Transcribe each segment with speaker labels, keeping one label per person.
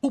Speaker 1: O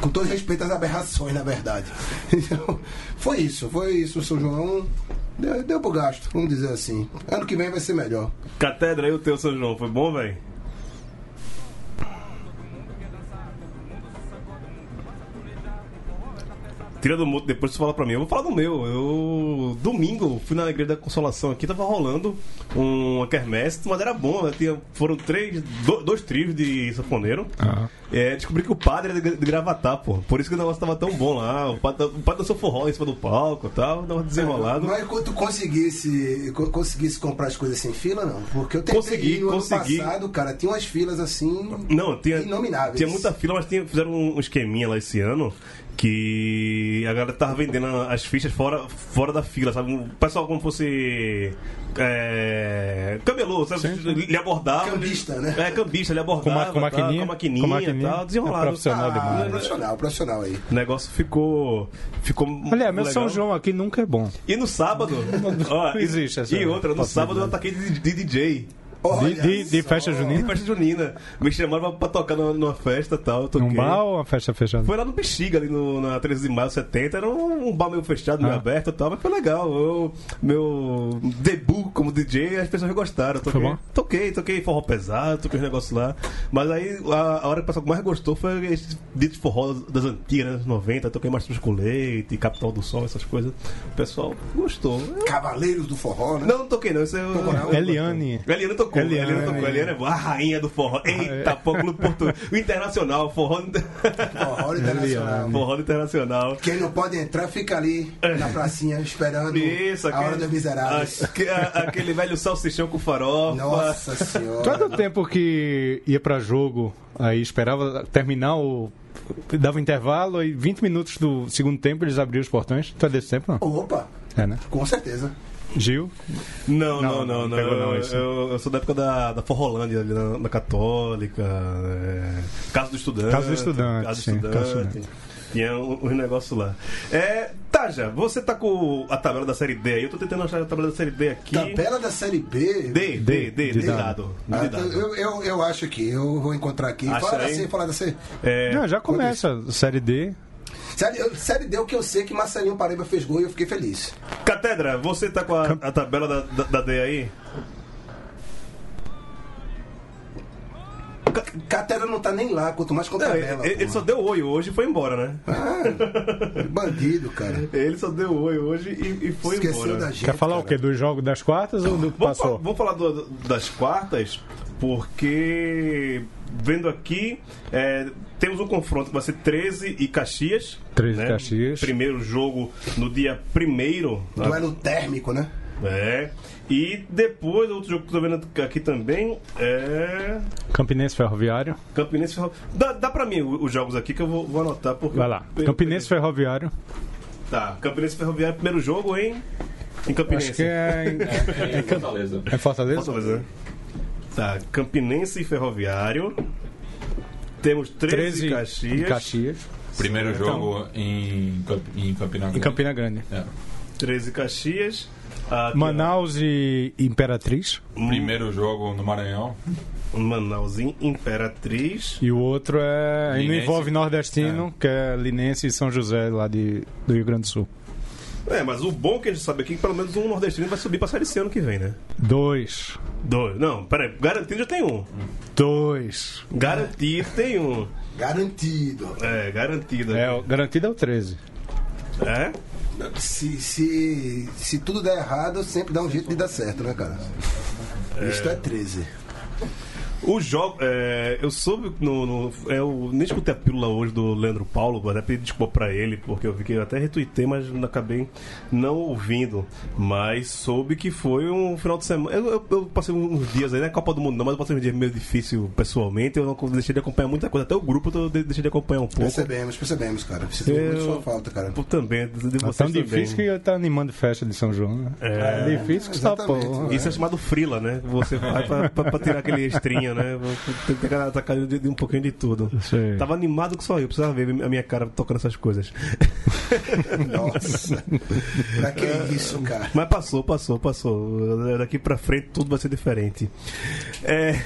Speaker 2: com todo respeito às aberrações, na verdade. Então, foi isso, foi isso, São João. Deu, deu pro gasto, vamos dizer assim. Ano que vem vai ser melhor.
Speaker 3: Catedra aí o teu, São João. Foi bom, velho? Tira do mudo, depois tu fala pra mim. Eu vou falar do meu. Eu. Domingo, fui na Igreja da Consolação aqui, tava rolando uma quermesse, mas era bom, né? Tinha, foram três, do- dois trios de sanfoneiro. É, descobri que o padre era de, de gravatar, pô. Por isso que o negócio tava tão bom lá. O padre, o padre dançou forró em cima do palco e tal, deu uma desenrolado.
Speaker 2: Mas quando tu conseguisse, co- conseguisse comprar as coisas sem fila, não. Porque eu tentei
Speaker 3: Consegui,
Speaker 2: ir no
Speaker 3: consegui.
Speaker 2: ano passado, cara, tinha umas filas assim.
Speaker 3: Não, tinha,
Speaker 2: Inomináveis.
Speaker 3: tinha muita fila, mas tinha- fizeram um esqueminha lá esse ano que a galera tava vendendo as fichas fora, fora da fila, sabe? O pessoal como fosse. É, camelô, sabe? Lhe abordava.
Speaker 2: Cambista, né?
Speaker 3: É, cambista, ele abordava.
Speaker 4: Com, ma- com maquininha.
Speaker 3: Tal, com maquininha, e tal,
Speaker 4: É
Speaker 3: desenrolado.
Speaker 2: Ah,
Speaker 4: profissional demais.
Speaker 2: profissional, profissional aí.
Speaker 3: O negócio ficou. Ficou.
Speaker 4: Olha, meu
Speaker 3: legal.
Speaker 4: São João aqui nunca é bom.
Speaker 3: E no sábado. ó,
Speaker 4: Não existe essa
Speaker 3: E outra, no
Speaker 4: possibilidade.
Speaker 3: sábado eu ataquei de, de DJ.
Speaker 4: De,
Speaker 2: Olha
Speaker 4: de, de
Speaker 2: só.
Speaker 4: festa
Speaker 3: De
Speaker 4: junina?
Speaker 3: festa junina. Me chamaram pra, pra tocar numa, numa festa e tal. eu
Speaker 4: Num
Speaker 3: toquei.
Speaker 4: bar um ou uma festa fechada?
Speaker 3: Foi lá no Bexiga, ali no, na 13 de maio 70. Era um, um bar meio fechado, meio
Speaker 4: Ah.
Speaker 3: aberto e tal, mas foi legal. Eu- meu debut como DJ, as pessoas gostaram. Eu Toquei,
Speaker 4: bom?
Speaker 3: toquei, toquei forró pesado, toquei os negócios lá. Mas aí a, a hora que o pessoal mais gostou foi esse dito forró das antigas, anos 90. Toquei Mastros com Leite, Capital do Sol, essas coisas. O pessoal gostou. Eu-
Speaker 2: Cavaleiros do forró, né?
Speaker 3: não, não toquei não. Isso eu...
Speaker 2: não.
Speaker 4: Eliane.
Speaker 3: Eliana tocou,
Speaker 4: Eliana,
Speaker 3: Eliana, tocou, Eliana é boa, a rainha do forró. Eita, pô, clube português. O internacional, forró,
Speaker 2: Forró internacional.
Speaker 3: forró internacional.
Speaker 2: Quem não pode entrar fica ali na pracinha esperando
Speaker 3: Isso,
Speaker 2: a hora dos miseráveis.
Speaker 3: aque- a- aquele velho salsichão com farofa.
Speaker 2: Nossa
Speaker 4: Todo
Speaker 2: senhora.
Speaker 4: tempo que ia pra jogo, aí esperava terminar o. Dava um intervalo, aí 20 minutos do segundo tempo eles abriam os portões. Tu é desse tempo, não?
Speaker 2: Opa,
Speaker 4: É, né?
Speaker 2: com certeza.
Speaker 4: Gil?
Speaker 3: Não, não,
Speaker 4: Não,
Speaker 3: não, não.
Speaker 4: não pegou não
Speaker 3: eu,
Speaker 4: isso.
Speaker 3: eu- eu sou da época da, da Forrolândia, ali na, na Católica, é, Casa do Estudante.
Speaker 4: Casa do Estudante,
Speaker 3: Casa do
Speaker 4: sim,
Speaker 3: Estudante.
Speaker 4: Casa do Estudante.
Speaker 3: Tinha um, um negócio lá. É, Taja, você tá com a tabela da série D aí. Eu tô tentando achar a tabela da série D aqui.
Speaker 2: Tabela da Série B.
Speaker 3: D, D, D, D,
Speaker 4: De
Speaker 3: de dado.
Speaker 2: Ah,
Speaker 3: De dado.
Speaker 2: eu, eu, eu acho que eu vou encontrar aqui.
Speaker 3: Acha
Speaker 2: Fala da
Speaker 3: aí?
Speaker 2: C, fala da C.
Speaker 3: É,
Speaker 4: não, já começa. Série D.
Speaker 2: Série, eu- série D, o que eu sei é que Marcelinho Paraíba fez gol e eu fiquei feliz.
Speaker 3: Catedra, você tá com a, a tabela da, da, da D aí?
Speaker 2: Catera não tá nem lá, quanto mais com
Speaker 3: Não, ele,
Speaker 2: tabela.
Speaker 3: ele
Speaker 2: pô.
Speaker 3: só deu oi hoje e foi embora, né?
Speaker 2: Bandido, cara.
Speaker 3: Ele só deu oi hoje e, e foi
Speaker 2: Esqueceu
Speaker 3: embora.
Speaker 2: da gente.
Speaker 4: Quer falar o
Speaker 2: cara.
Speaker 4: quê? Dos jogos das quartas ou do que
Speaker 3: Vamos, fa-
Speaker 4: passou?
Speaker 3: vamos falar do- do- das quartas, porque vendo aqui, é, temos um confronto que vai ser 13 e Caxias. né?
Speaker 4: 13 e Caxias.
Speaker 3: Primeiro jogo no dia 1
Speaker 2: Duelo térmico, né?
Speaker 3: É. E depois, outro jogo que eu tô vendo aqui também é.
Speaker 4: Campinense Ferroviário.
Speaker 3: Campinense Ferro- Dá, dá pra mim o- os jogos aqui que eu vou, vou anotar. Porque
Speaker 4: Vai lá.
Speaker 3: eu-
Speaker 4: Campinense Ferroviário.
Speaker 3: Tá, Campinense Ferroviário, primeiro jogo, hein? Em Campinense.
Speaker 4: Acho que é em,
Speaker 5: É, Fortaleza.
Speaker 4: é Fortaleza.
Speaker 3: Fortaleza. Tá, Campinense e Ferroviário. Temos 13,
Speaker 4: 13
Speaker 3: Caxias.
Speaker 4: de Caxias.
Speaker 5: Primeiro jogo em, Camp- em Campina
Speaker 4: Em
Speaker 5: Grande.
Speaker 4: Campina Grande.
Speaker 5: É.
Speaker 3: 13 Caxias. Ah, tem um
Speaker 4: Manaus e Imperatriz.
Speaker 5: Primeiro jogo no Maranhão.
Speaker 3: Manaus em Imperatriz.
Speaker 4: E o outro é. aí Não
Speaker 5: Linense.
Speaker 4: envolve nordestino, que é Linense e São José, lá de, do Rio Grande do Sul.
Speaker 3: É, mas o bom que a gente sabe aqui é que pelo menos um nordestino vai subir pra Série C ano que vem, né?
Speaker 4: Dois.
Speaker 3: Dois. Não, peraí. Garantido já tem um.
Speaker 4: Dois.
Speaker 3: Garantido tem um.
Speaker 2: Garantido.
Speaker 3: É, garantido.
Speaker 4: É, o- garantido é o 13.
Speaker 3: É?
Speaker 2: Se, se, se tudo der errado, sempre dá um jeito de dar certo, né, cara? Isto é 13.
Speaker 3: O jogo. é, eu soube no. no é, eu nem escutei a pílula hoje do Leandro Paulo, vou até pedir desculpa pra ele, porque eu vi que eu até retuitei, mas não acabei não ouvindo. Mas soube que foi um final de semana. Eu, eu- eu passei uns dias aí, não é Copa do Mundo não, mas eu passei um dia meio difícil pessoalmente. Eu não deixei de acompanhar muita coisa. Até o grupo eu tô- de- deixei de acompanhar um pouco.
Speaker 2: Percebemos, percebemos, cara. Você tem muito sua falta, cara.
Speaker 3: Eu também, de
Speaker 4: Tá
Speaker 3: vocês
Speaker 4: tão
Speaker 3: também.
Speaker 4: difícil que eu tá animando festa de São João, né? É, difícil que tá
Speaker 2: exatamente.
Speaker 4: porra.
Speaker 3: Isso é chamado frila, né? Você vai pra, pra- pra tirar aquele estrinho carinha, né? Tem que pegar essa carinha de, de um pouquinho de tudo.
Speaker 4: Sei.
Speaker 3: Tava animado que só eu, precisava ver a minha cara tocando essas coisas.
Speaker 2: Nossa. pra que
Speaker 4: É.
Speaker 2: isso, cara?
Speaker 3: Mas passou, passou, passou. Daqui pra frente tudo vai ser diferente. É.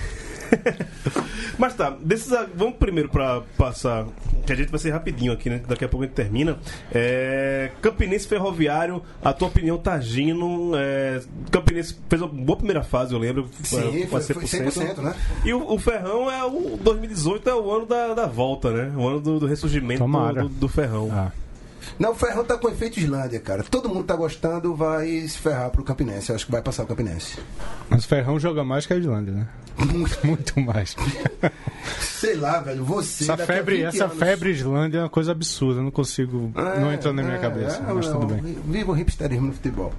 Speaker 3: Mas tá, desses, a- vamos primeiro pra passar, que a gente vai ser rapidinho aqui, né? Daqui a pouco a gente termina. É, Campinense Ferroviário, a tua opinião tá agindo. É, Campinense fez uma boa primeira fase, eu lembro.
Speaker 2: Sim,
Speaker 3: é,
Speaker 2: foi,
Speaker 3: quase
Speaker 2: foi 100%, né?
Speaker 3: E o, o Ferrão é o 2018 é o ano da, da volta, né? O ano do, do ressurgimento
Speaker 4: Tomara.
Speaker 3: do, do Ferrão.
Speaker 4: Ah,
Speaker 2: Não, o Ferrão tá com efeito Islândia, cara. Todo mundo tá gostando, vai se ferrar pro Campinense. Eu acho que vai passar o Campinense.
Speaker 4: mas o Ferrão joga mais que a Islândia, né? Muito, muito mais.
Speaker 2: Sei lá, velho, você.
Speaker 4: Essa
Speaker 2: daqui a
Speaker 4: febre,
Speaker 2: 20
Speaker 4: essa
Speaker 2: anos-
Speaker 4: febre Islândia é uma coisa absurda, eu não consigo. não entra na minha
Speaker 2: é,
Speaker 4: cabeça,
Speaker 2: é,
Speaker 4: mas tudo
Speaker 2: não.
Speaker 4: bem.
Speaker 2: Viva o hipsterismo no futebol.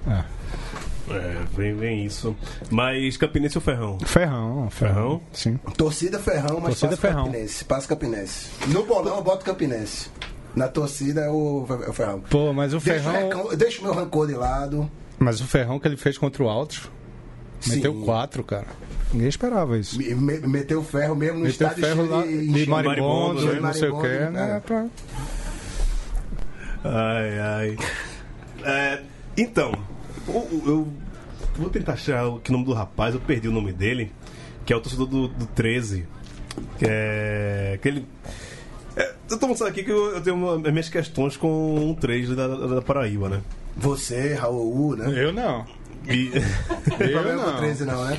Speaker 3: É, vem, vem isso. Mas Campinense ou Ferrão?
Speaker 4: Ferrão,
Speaker 3: Ferrão?
Speaker 4: Ferrão. Sim.
Speaker 2: Torcida Ferrão, mas
Speaker 4: Torcida
Speaker 2: passa o
Speaker 4: Ferrão.
Speaker 2: Campinense. Passa o Campinense. No bolão eu boto o Campinense. Na torcida é o, é o Ferrão.
Speaker 4: Pô, mas o
Speaker 2: Deixa o
Speaker 4: Ferrão.
Speaker 2: rancor- Deixa o meu rancor de lado.
Speaker 4: Mas o Ferrão que ele fez contra o Altos. Meteu
Speaker 2: Sim.
Speaker 4: quatro, cara. Ninguém esperava isso.
Speaker 2: Me- me- Meteu o ferro mesmo no
Speaker 4: Meteu
Speaker 2: estádio
Speaker 4: ferro
Speaker 2: cheio
Speaker 4: lá
Speaker 2: de-
Speaker 4: de
Speaker 3: Maribondo,
Speaker 4: maribondo,
Speaker 3: né?
Speaker 4: não sei o que,
Speaker 2: Maribondo, é. cara.
Speaker 4: né? Pra...
Speaker 3: Ai, ai. É, então, o- o- eu, vou tentar achar o, que nome do rapaz, eu perdi o nome dele, que é o torcedor do, do 13. Que é. Que ele. É, eu tô mostrando aqui que eu, eu tenho uma- as minhas questões com o 3 da, da- da Paraíba, né?
Speaker 2: Você, Raul, né?
Speaker 4: Eu não.
Speaker 3: E,
Speaker 2: Não tem
Speaker 4: Eu
Speaker 2: problema com
Speaker 4: não.
Speaker 2: 13 não, né?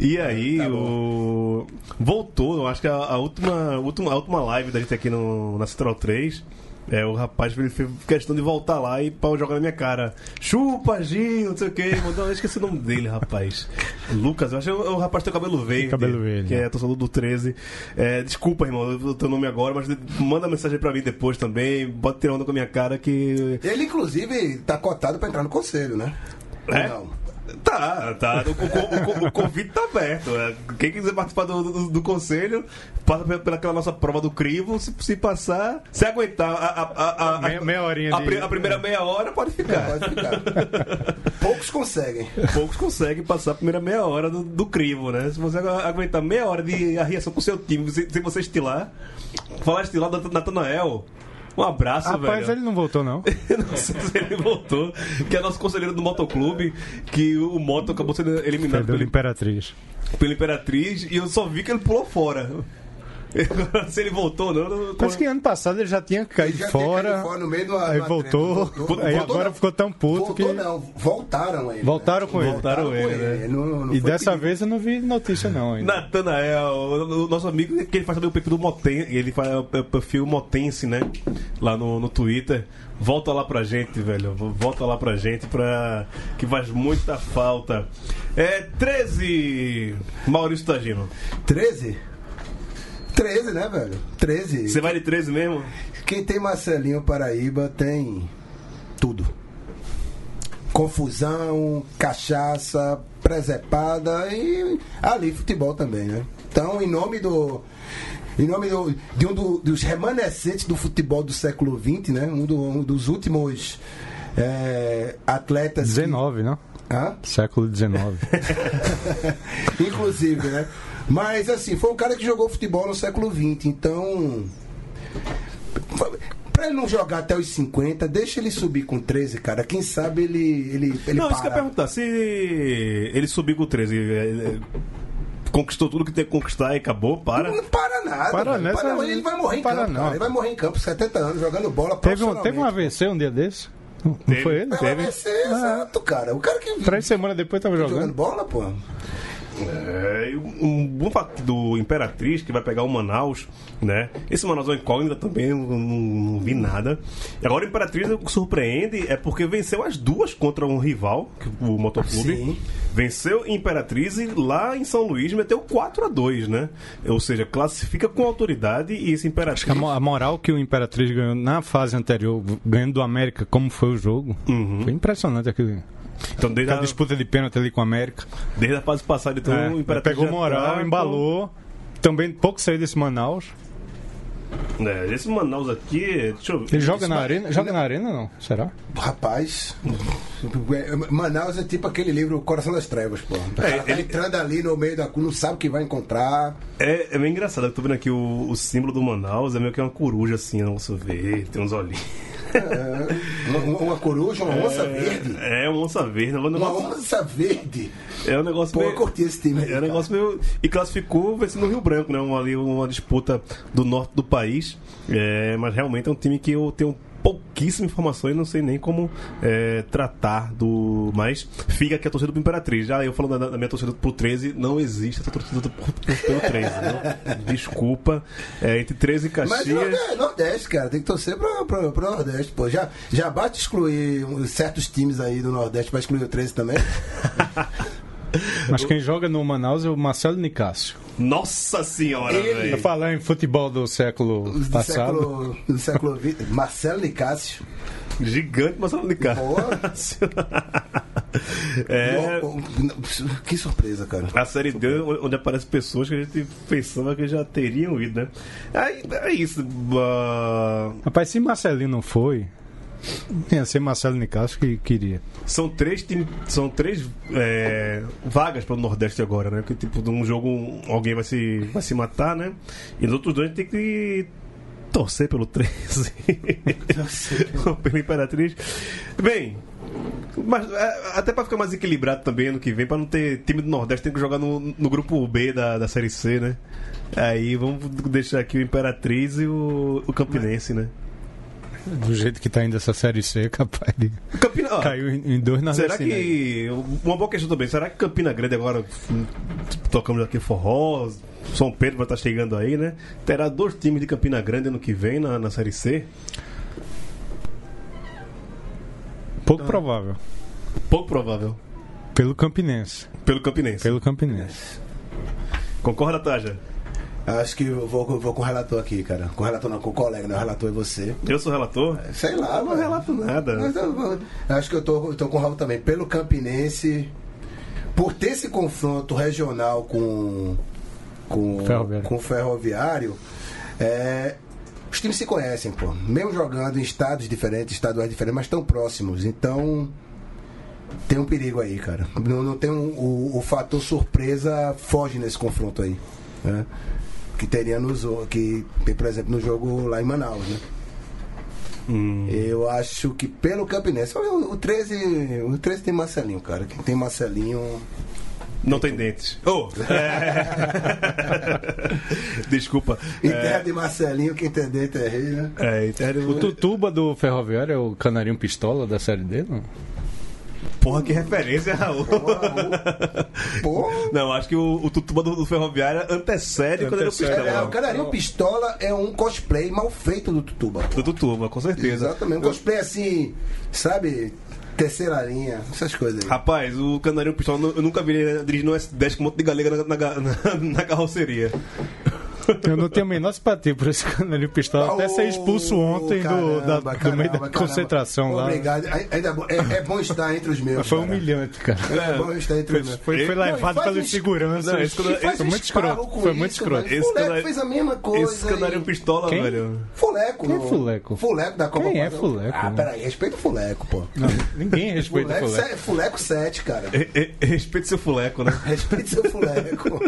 Speaker 3: e aí,
Speaker 4: Tá
Speaker 3: o. Voltou, eu acho que a, a última, última, a última live da gente aqui no, na Central 3. É, o rapaz ele fez questão de voltar lá e pau jogar na minha cara. Chupa, Gil, não sei o que. Mandou, eu esqueci o nome dele, rapaz. Lucas, eu acho que é o, é o rapaz que tem o cabelo verde.
Speaker 4: Cabelo verde.
Speaker 3: Que é torcedor do 13. É, desculpa, irmão, o teu nome agora, mas manda mensagem pra mim depois também. Bota tirar onda com a minha cara que
Speaker 2: Ele, inclusive, tá cotado pra entrar no conselho, né?
Speaker 3: é?
Speaker 2: Não.
Speaker 3: Tá, tá. O, co- o co- o convite tá aberto. né? Quem quiser participar do, do, do conselho, passa pela, pelaquela nossa prova do crivo. Se, se passar, se aguentar a, a, a, a,
Speaker 4: Meia- meia horinha
Speaker 3: a,
Speaker 4: de- É.
Speaker 3: pri- a primeira meia hora, pode ficar.
Speaker 2: Pode ficar. Poucos conseguem.
Speaker 3: Poucos conseguem passar a primeira meia hora do, do crivo, né? Se você agu- aguentar meia hora de arriação com o seu time, se, se você estilar, falar estilar do Natanael. Um abraço,
Speaker 4: Rapaz,
Speaker 3: velho.
Speaker 4: ele não voltou, não.
Speaker 3: Eu não sei se ele voltou, que é nosso conselheiro do Motoclube, que o Moto acabou sendo eliminado
Speaker 4: Perdeu
Speaker 3: pelo,
Speaker 4: da Imperatriz.
Speaker 3: pela Imperatriz e eu só vi que ele pulou fora. Agora, se ele voltou ou não, eu não.
Speaker 4: Parece que ano passado ele já tinha caído
Speaker 2: Já tinha
Speaker 4: fora.
Speaker 2: caído fora no meio de uma-
Speaker 4: aí
Speaker 2: uma
Speaker 4: voltou.
Speaker 2: treta. Voltou.
Speaker 4: Aí
Speaker 2: Voltou
Speaker 4: agora
Speaker 2: não.
Speaker 4: ficou tão puto
Speaker 2: Voltou
Speaker 4: que.
Speaker 2: não, voltaram ele.
Speaker 4: Voltaram
Speaker 2: né?
Speaker 4: com ele.
Speaker 3: Voltaram ele, né?
Speaker 2: Não, não
Speaker 4: E
Speaker 2: foi
Speaker 4: dessa
Speaker 2: pedido.
Speaker 4: vez eu não vi notícia, não. Ainda.
Speaker 3: Natanael, o nosso amigo, que ele faz também o perfil do Motense, ele faz o pe- perfil Motense, né? Lá no, no Twitter. Volta lá pra gente, velho. Volta lá pra gente pra. que faz muita falta. É 13, Maurício Tagino.
Speaker 2: 13? 13, né, velho? 13.
Speaker 3: Você vai de 13 mesmo?
Speaker 2: Quem tem Marcelinho Paraíba tem tudo. Confusão, cachaça, presepada e ali futebol também, né? Então, em nome do em nome do- de um do- dos remanescentes do futebol do século XX, né? Um, do- um dos últimos eh, atletas. que-
Speaker 4: 19, não?
Speaker 2: Hã?
Speaker 4: né? Século 19.
Speaker 2: Inclusive, né? Mas assim, foi um cara que jogou futebol no século XX, então. Pra ele não jogar até os 50, deixa ele subir com 13, cara. Quem sabe ele. ele, ele
Speaker 3: não, isso que eu ia
Speaker 2: para.
Speaker 3: perguntar. Se ele subir com o 13, é, é, conquistou tudo que tem que conquistar e acabou, para.
Speaker 2: Não para nada.
Speaker 4: Para
Speaker 2: velho.
Speaker 4: nessa-
Speaker 2: Para- ele vai morrer em
Speaker 4: para
Speaker 2: campo,
Speaker 4: não.
Speaker 2: cara. Ele vai morrer em campo, 70 anos, jogando bola
Speaker 4: teve, um, teve um
Speaker 2: profissionalmente.
Speaker 4: AVC um dia desse? Não foi ele? Ah,
Speaker 2: Vai acontecer, exato, cara. O cara que
Speaker 4: Três né? semanas depois tava
Speaker 2: jogando
Speaker 4: jogando.
Speaker 2: bola, pô.
Speaker 3: É, e um bom fato do Imperatriz, que vai pegar o Manaus, né? Esse Manaus é uma incógnita também, eu não, não vi nada. E agora o Imperatriz o que surpreende é porque venceu as duas contra um rival, que- o Motoclube.
Speaker 2: Sim.
Speaker 3: Venceu Imperatriz e lá em São Luís meteu 4 a 2 né? Ou seja, classifica com autoridade e esse Imperatriz.
Speaker 4: A mo- a moral que o Imperatriz ganhou na fase anterior, ganhando do América, como foi o jogo,
Speaker 2: Uhum.
Speaker 4: foi impressionante aquilo.
Speaker 3: Então, desde
Speaker 2: Ah.
Speaker 4: Aquela
Speaker 3: a,
Speaker 4: disputa de pênalti ali com o América.
Speaker 3: desde a fase passada, então,
Speaker 4: É,
Speaker 3: o Imperatriz.
Speaker 4: pegou
Speaker 3: já
Speaker 4: moral,
Speaker 3: tá com-
Speaker 4: embalou. Também pouco saiu desse Manaus.
Speaker 3: É, esse Manaus aqui, deixa eu ver.
Speaker 4: Ele joga na arena? Joga na arena não? Será?
Speaker 2: Rapaz, Manaus é tipo aquele livro Coração das Trevas, pô. O cara tá
Speaker 3: É, ele-
Speaker 2: entrando ali no meio da cu, não sabe o que vai encontrar.
Speaker 3: É, é meio engraçado, eu tô vendo aqui o, o símbolo do Manaus, é meio que uma coruja assim, não posso ver, tem uns olhinhos.
Speaker 2: Uma, uma coruja, uma onça verde.
Speaker 3: É, uma onça verde, é um
Speaker 2: Uma
Speaker 3: negócio,
Speaker 2: onça verde.
Speaker 3: é um negócio
Speaker 2: Pô,
Speaker 3: meio...
Speaker 2: eu curti esse time aí.
Speaker 3: É um negócio meio. E classificou vai ser no Rio Branco, né? Uma, ali, uma disputa do norte do país. É, mas realmente é um time que eu tenho pouquíssima informação e não sei nem como é, tratar do. Mas fica aqui a torcida pro Imperatriz. Já eu falando da, da minha torcida pro 13, não existe essa torcida do, pro- pelo 13. né? Desculpa. É, entre 13 e
Speaker 2: Mas
Speaker 3: Caxias.
Speaker 2: Nordeste, Nordeste, cara, tem que torcer pro, pro, pro Nordeste, pô. Já, já bate excluir uns certos times aí do Nordeste pra excluir o 13 também.
Speaker 4: Mas quem joga no Manaus é o Marcelo Nicásio.
Speaker 3: Nossa senhora,
Speaker 4: Pra
Speaker 3: velho.
Speaker 4: falar em futebol do século
Speaker 2: Do
Speaker 4: passado.
Speaker 2: século, do século XX. Marcelo Nicásio.
Speaker 3: Gigante, mas não
Speaker 2: Boa.
Speaker 3: É.
Speaker 2: Que surpresa, cara.
Speaker 3: A série D, onde aparecem pessoas que a gente pensava que já teriam ido, né? Aí, é isso. ah,
Speaker 4: Rapaz, se Marcelinho não foi, ia ser Marcelo Nicásio que queria.
Speaker 3: são três, time- são três é, vagas para o Nordeste agora, né? Porque, tipo, num jogo um- alguém vai se, vai se matar, né? E nos outros dois a gente tem que torcer pelo 13. Ou pela Imperatriz. Bem. Mas é, até para ficar mais equilibrado também ano que vem, para não ter time do Nordeste, tem que jogar no, no grupo B da, da Série C, né? Aí vamos deixar aqui o Imperatriz e o, o Campinense, né?
Speaker 4: Do jeito que tá indo essa série C, capaz de.
Speaker 3: Campina, ó,
Speaker 4: Caiu em em dois na
Speaker 3: Será que. Uma boa questão também. Será que Campina Grande agora, tipo, tocamos aqui forró, São Pedro vai estar chegando aí, né? Terá dois times de Campina Grande ano que vem na, na Série C?
Speaker 4: Pouco provável.
Speaker 3: Pouco provável.
Speaker 4: Pelo Campinense.
Speaker 3: Pelo Campinense.
Speaker 4: Pelo Campinense.
Speaker 3: Concorda, Taja?
Speaker 2: Acho que eu vou, vou com o relator aqui, cara. Com o relator não, com o colega, né? O relator é você.
Speaker 3: Eu sou relator.
Speaker 2: Sei lá,
Speaker 3: Eu não
Speaker 2: velho.
Speaker 3: relato nada.
Speaker 2: Mas eu vou- acho que eu tô, eu tô com o Raul também. Pelo Campinense, por ter esse confronto regional com, com,
Speaker 4: Ferroviário.
Speaker 2: com o Ferroviário, é, os times se conhecem, pô. Mesmo jogando em estados diferentes, estaduais diferentes, mas tão próximos. Então, tem um perigo aí, cara. Não, não tem um- o, o fator surpresa foge nesse confronto aí. né? Que teria nos o- que tem, por exemplo, no jogo lá em Manaus, né? Eu acho que pelo Campinense. O, o 13. O 13 tem Marcelinho, cara. Quem tem Marcelinho.
Speaker 3: Não tem dentes. Oh! É. Desculpa.
Speaker 2: Em terra de Marcelinho, quem tem dentro é rei, né?
Speaker 3: É, interno...
Speaker 4: O Tutuba do Ferroviário é o canarinho pistola da série D, não?
Speaker 3: Porra, que referência, Raul.
Speaker 2: Pô.
Speaker 3: Não, acho que o, o Tutuba do, do Ferroviário antecede quando ele é o
Speaker 4: Antecede,
Speaker 2: É, é,
Speaker 3: Pistão.
Speaker 2: o Canarinho Pistola é um cosplay mal feito do Tutuba.
Speaker 3: Do Tutuba, com certeza.
Speaker 2: Exatamente. Um cosplay assim, sabe? Terceira linha, essas coisas aí.
Speaker 3: Rapaz, o Canarinho Pistão, eu nunca vi ele dirigindo um S10 com um monte de galega na, na- na- na carroceria.
Speaker 4: Eu não tenho a menor simpatia por esse canarinho pistola. Até ser expulso ontem do,
Speaker 2: Caramba,
Speaker 4: da- do meio da
Speaker 2: caramba, caramba.
Speaker 4: concentração lá.
Speaker 2: Obrigado. Ai- Ainda é bom- é, é bom estar entre os meus.
Speaker 4: Foi
Speaker 2: cara.
Speaker 4: humilhante, né? cara.
Speaker 2: É bom estar entre os meus.
Speaker 4: Foi, foi
Speaker 3: Não,
Speaker 4: levado
Speaker 2: faz
Speaker 4: pelo
Speaker 2: um-
Speaker 4: segurança.
Speaker 3: Não, esse quando-
Speaker 2: Faz
Speaker 4: foi
Speaker 2: um
Speaker 4: muito
Speaker 2: esparro
Speaker 4: escroto.
Speaker 2: com
Speaker 4: Foi muito
Speaker 2: isso,
Speaker 4: escroto.
Speaker 2: velho.
Speaker 3: Esse
Speaker 2: Fuleco
Speaker 3: cana-
Speaker 2: fez a mesma coisa.
Speaker 3: Esse Canarinho
Speaker 4: um
Speaker 2: e-
Speaker 3: Pistola,
Speaker 4: Quem?
Speaker 3: velho.
Speaker 2: Fuleco.
Speaker 4: Quem é Fuleco?
Speaker 2: Fuleco da Copa.
Speaker 4: Quem é
Speaker 2: Brasil.
Speaker 4: Fuleco?
Speaker 2: Ah, peraí, respeita o Fuleco, pô.
Speaker 4: Não, ninguém respeita
Speaker 2: Fuleco,
Speaker 4: o Fuleco.
Speaker 2: se- Fuleco 7, cara.
Speaker 3: E- e- Respeite seu fuleco, né?
Speaker 2: Respeita seu Fuleco.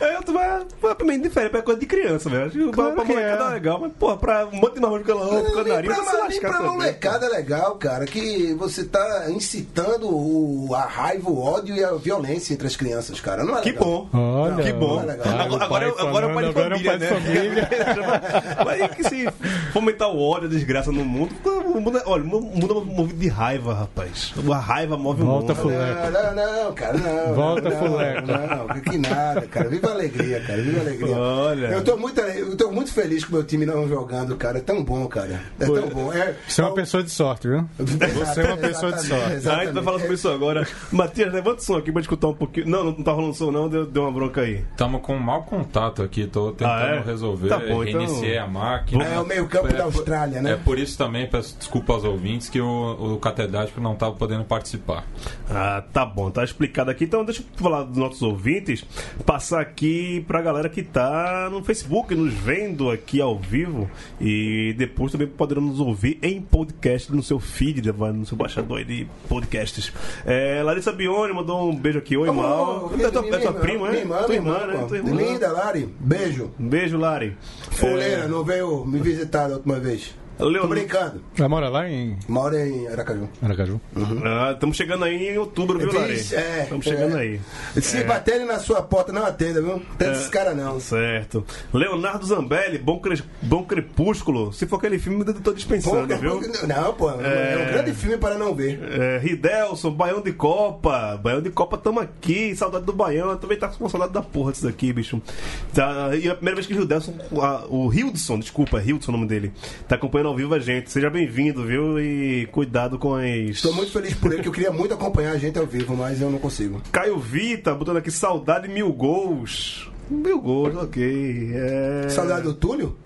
Speaker 3: É, eu tô mas- mas pra mim diferente, é coisa de criança, velho. Acho que pra,
Speaker 4: Claro
Speaker 3: pra
Speaker 4: que
Speaker 3: molecada
Speaker 4: é.
Speaker 3: é legal, mas porra, pra um monte de marmanjo que ela ama, pro
Speaker 2: Nem
Speaker 3: canarinho,
Speaker 2: pra,
Speaker 3: vai se
Speaker 2: ma- nem
Speaker 3: lascar
Speaker 2: pra
Speaker 3: também.
Speaker 2: molecada é legal, cara, que você tá incitando o, a raiva, o ódio e a violência entre as crianças, cara. Não é
Speaker 3: Que
Speaker 2: legal.
Speaker 3: bom.
Speaker 4: Olha,
Speaker 3: que bom.
Speaker 2: não é legal.
Speaker 4: Pai,
Speaker 3: Agora,
Speaker 4: o pai
Speaker 3: agora, agora é o pai de
Speaker 4: falando, agora é o
Speaker 3: família,
Speaker 4: pai de
Speaker 3: né? Mas que se fomentar o ódio, a desgraça no mundo, o mundo é- olha, o mundo é movido de raiva, rapaz. A raiva move
Speaker 4: Volta
Speaker 3: o mundo.
Speaker 4: fuleco.
Speaker 2: Não, não, não, cara, não.
Speaker 4: Volta,
Speaker 2: não,
Speaker 4: Fuleco.
Speaker 2: Não, que- que nada, cara. Viva a alegria, cara. Viva a alegria.
Speaker 3: Olha.
Speaker 2: Eu tô muito, ale- eu tô muito feliz com o meu time não jogando, cara. É tão bom, cara. É tão bom. É,
Speaker 4: Você é uma pessoa de sorte, viu? Você é uma pessoa de sorte.
Speaker 3: Ah, a gente vai falar sobre isso agora. Matias, levanta o som aqui pra escutar um pouquinho. Não, não tá rolando som, não, deu, deu uma bronca aí.
Speaker 5: Tamo com um mau contato aqui, tô tentando
Speaker 3: Ah, é?
Speaker 5: resolver.
Speaker 3: Tá bom, então-
Speaker 5: Reiniciei a máquina.
Speaker 2: É o meio-campo da
Speaker 5: por-
Speaker 2: Austrália, né?
Speaker 5: É por isso também, peço desculpa aos ouvintes que o, o catedrático não estava podendo participar.
Speaker 3: Ah, tá bom, tá explicado aqui. Então deixa eu falar dos nossos ouvintes, passar aqui pra galera que tá no Facebook, nos vendo aqui ao vivo e depois também poderão nos ouvir em podcast no seu feed, né? vai no seu baixador de podcasts. É, Larissa Bione mandou um beijo aqui. Oi,
Speaker 2: Ô,
Speaker 3: Mal.
Speaker 2: querido,
Speaker 3: É tua,
Speaker 2: minha
Speaker 3: é tua
Speaker 2: irmã,
Speaker 3: prima, né?
Speaker 2: Minha irmã,
Speaker 3: tua
Speaker 2: minha
Speaker 3: irmã, né?
Speaker 2: pô.
Speaker 3: Tua irmã.
Speaker 2: Linda, Lari. Beijo.
Speaker 3: Um Beijo, Lari. É.
Speaker 2: Fuleira, não veio me visitar da última vez. Tô
Speaker 3: Leonardo.
Speaker 2: brincando.
Speaker 4: Ela mora lá em
Speaker 2: Mora em Aracaju.
Speaker 4: Aracaju.
Speaker 3: Estamos Ah, chegando aí em outubro, viu, Lari?
Speaker 2: Diz, é,
Speaker 3: Estamos chegando
Speaker 2: é.
Speaker 3: aí. É.
Speaker 2: Se baterem na sua porta, não atenda, viu? Atenda esses caras, não.
Speaker 3: Certo. Leonardo Zambelli, Bom, Cres- Bom Crepúsculo. Se for aquele filme, eu tô dispensando,
Speaker 2: Pô, é
Speaker 3: viu?
Speaker 2: Não, pô, é...
Speaker 3: É.
Speaker 2: um grande filme para não ver.
Speaker 3: É, Ridelson, Baião de Copa. Baião de Copa, tamo aqui. Saudade do Baião. Eu também tá com saudade da porra disso daqui, bicho. Tá, e é a primeira vez que o Ridelson, a- o Hildson, desculpa, é Hildson o nome dele, tá acompanhando ao vivo a gente. Seja bem-vindo, viu? E cuidado com as.
Speaker 2: Estou muito feliz por ele, que eu queria muito acompanhar a gente ao vivo, mas eu não consigo.
Speaker 3: Caio Vita, botando aqui saudade mil gols. Mil gols, ok. É...
Speaker 2: Saudade do Túlio?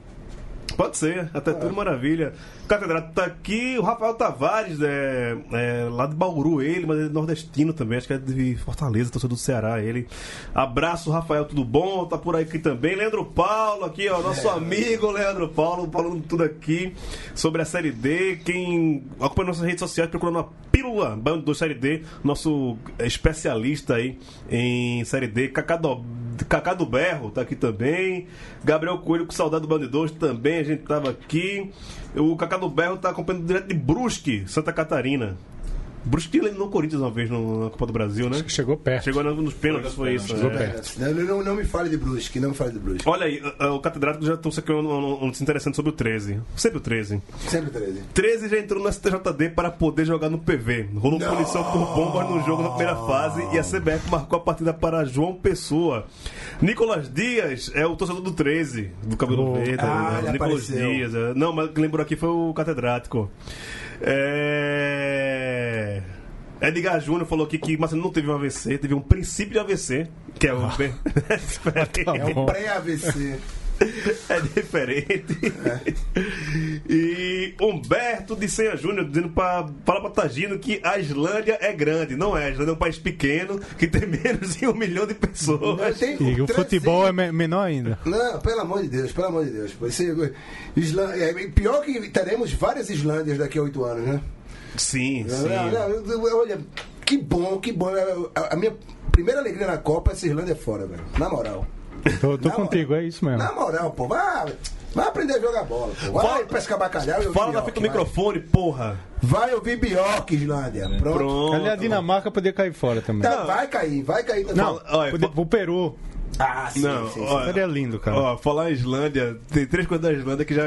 Speaker 3: Pode ser, né? até tudo maravilha. O Catedrático tá aqui, o Rafael Tavares, é, é, lá de Bauru, ele, mas ele é nordestino também, acho que é de Fortaleza, torcedor do Ceará, ele. Abraço, Rafael, tudo bom? Tá por aqui também. Leandro Paulo, aqui, ó, nosso amigo Leandro Paulo, falando tudo aqui sobre a Série D. Quem acompanha nossas redes sociais procurando a Pílula Bando 2 Série D, nosso especialista aí em Série D, Cacá do Cacá do Berro tá aqui também. Gabriel Coelho com saudade do Bando 2 também, a gente tava aqui. O Cacá do Berro tá acompanhando direto de Brusque, Santa Catarina. Brusque eliminou o Corinthians uma vez no- na Copa do Brasil, né?
Speaker 4: Chegou perto.
Speaker 3: Chegou na- nos pênaltis, foi isso.
Speaker 4: Chegou
Speaker 3: né?
Speaker 4: perto.
Speaker 2: Não, não, não me fale de Brusque, não me fale de Brusque.
Speaker 3: Olha aí, a- a- o Catedrático já trouxe aqui um, um, um interessante sobre o 13. Sempre o 13.
Speaker 2: Sempre 13.
Speaker 3: 13 já entrou no STJD para poder jogar no PV. Rolou um punição por bombas no jogo na primeira fase e a CBF marcou a partida para João Pessoa. Nicolas Dias é o torcedor do 13, do cabelo
Speaker 4: Oh.
Speaker 3: verde.
Speaker 2: Ah,
Speaker 3: né?
Speaker 2: ele
Speaker 3: Nicolas
Speaker 2: apareceu.
Speaker 3: Dias. é. Não, mas quem lembrou aqui foi o catedrático. É. Edgar Júnior falou aqui que Marcelo não teve um AVC, teve um princípio de AVC, que é o.
Speaker 4: Ah. Tá bom.
Speaker 2: Pré-AVC.
Speaker 3: É diferente. E Humberto de Senha Júnior dizendo pra, fala pra Tagino que a Islândia é grande. Não é, a Islândia é um país pequeno que tem menos de um milhão de pessoas.
Speaker 2: Tem
Speaker 4: E o
Speaker 2: 13.
Speaker 4: futebol é me- menor ainda.
Speaker 2: Não, pelo amor de Deus, pelo amor de Deus. Você, Islã- é, pior que teremos várias Islândias daqui a oito anos, né?
Speaker 3: Sim, sim.
Speaker 2: Não, não, eu- eu- olha, que bom, que bom. Eu- A, a minha primeira alegria na Copa é essa Islândia fora, velho. Na moral.
Speaker 4: Tô, tô
Speaker 2: Na
Speaker 4: contigo,
Speaker 2: moral.
Speaker 4: é isso mesmo.
Speaker 2: Na moral, pô. Vai, vai aprender a jogar bola, pô. Vai
Speaker 3: Fala-
Speaker 2: pescar bacalhau e ouvir
Speaker 3: Fala na
Speaker 2: Bjork,
Speaker 3: frente do
Speaker 2: vai.
Speaker 3: microfone, porra.
Speaker 2: Vai ouvir Bjork, Islândia. Pronto.
Speaker 4: Ali a
Speaker 3: Pronto.
Speaker 4: Dinamarca podia cair fora também.
Speaker 2: Tá, vai cair, vai cair.
Speaker 4: Não,
Speaker 3: Olha,
Speaker 4: podia-
Speaker 3: fa-
Speaker 4: o Peru.
Speaker 2: Ah, sim,
Speaker 3: Não,
Speaker 2: sim, sim.
Speaker 3: olha,
Speaker 4: Seria lindo, cara.
Speaker 3: Ó, falar em Islândia, tem três coisas da Islândia que já.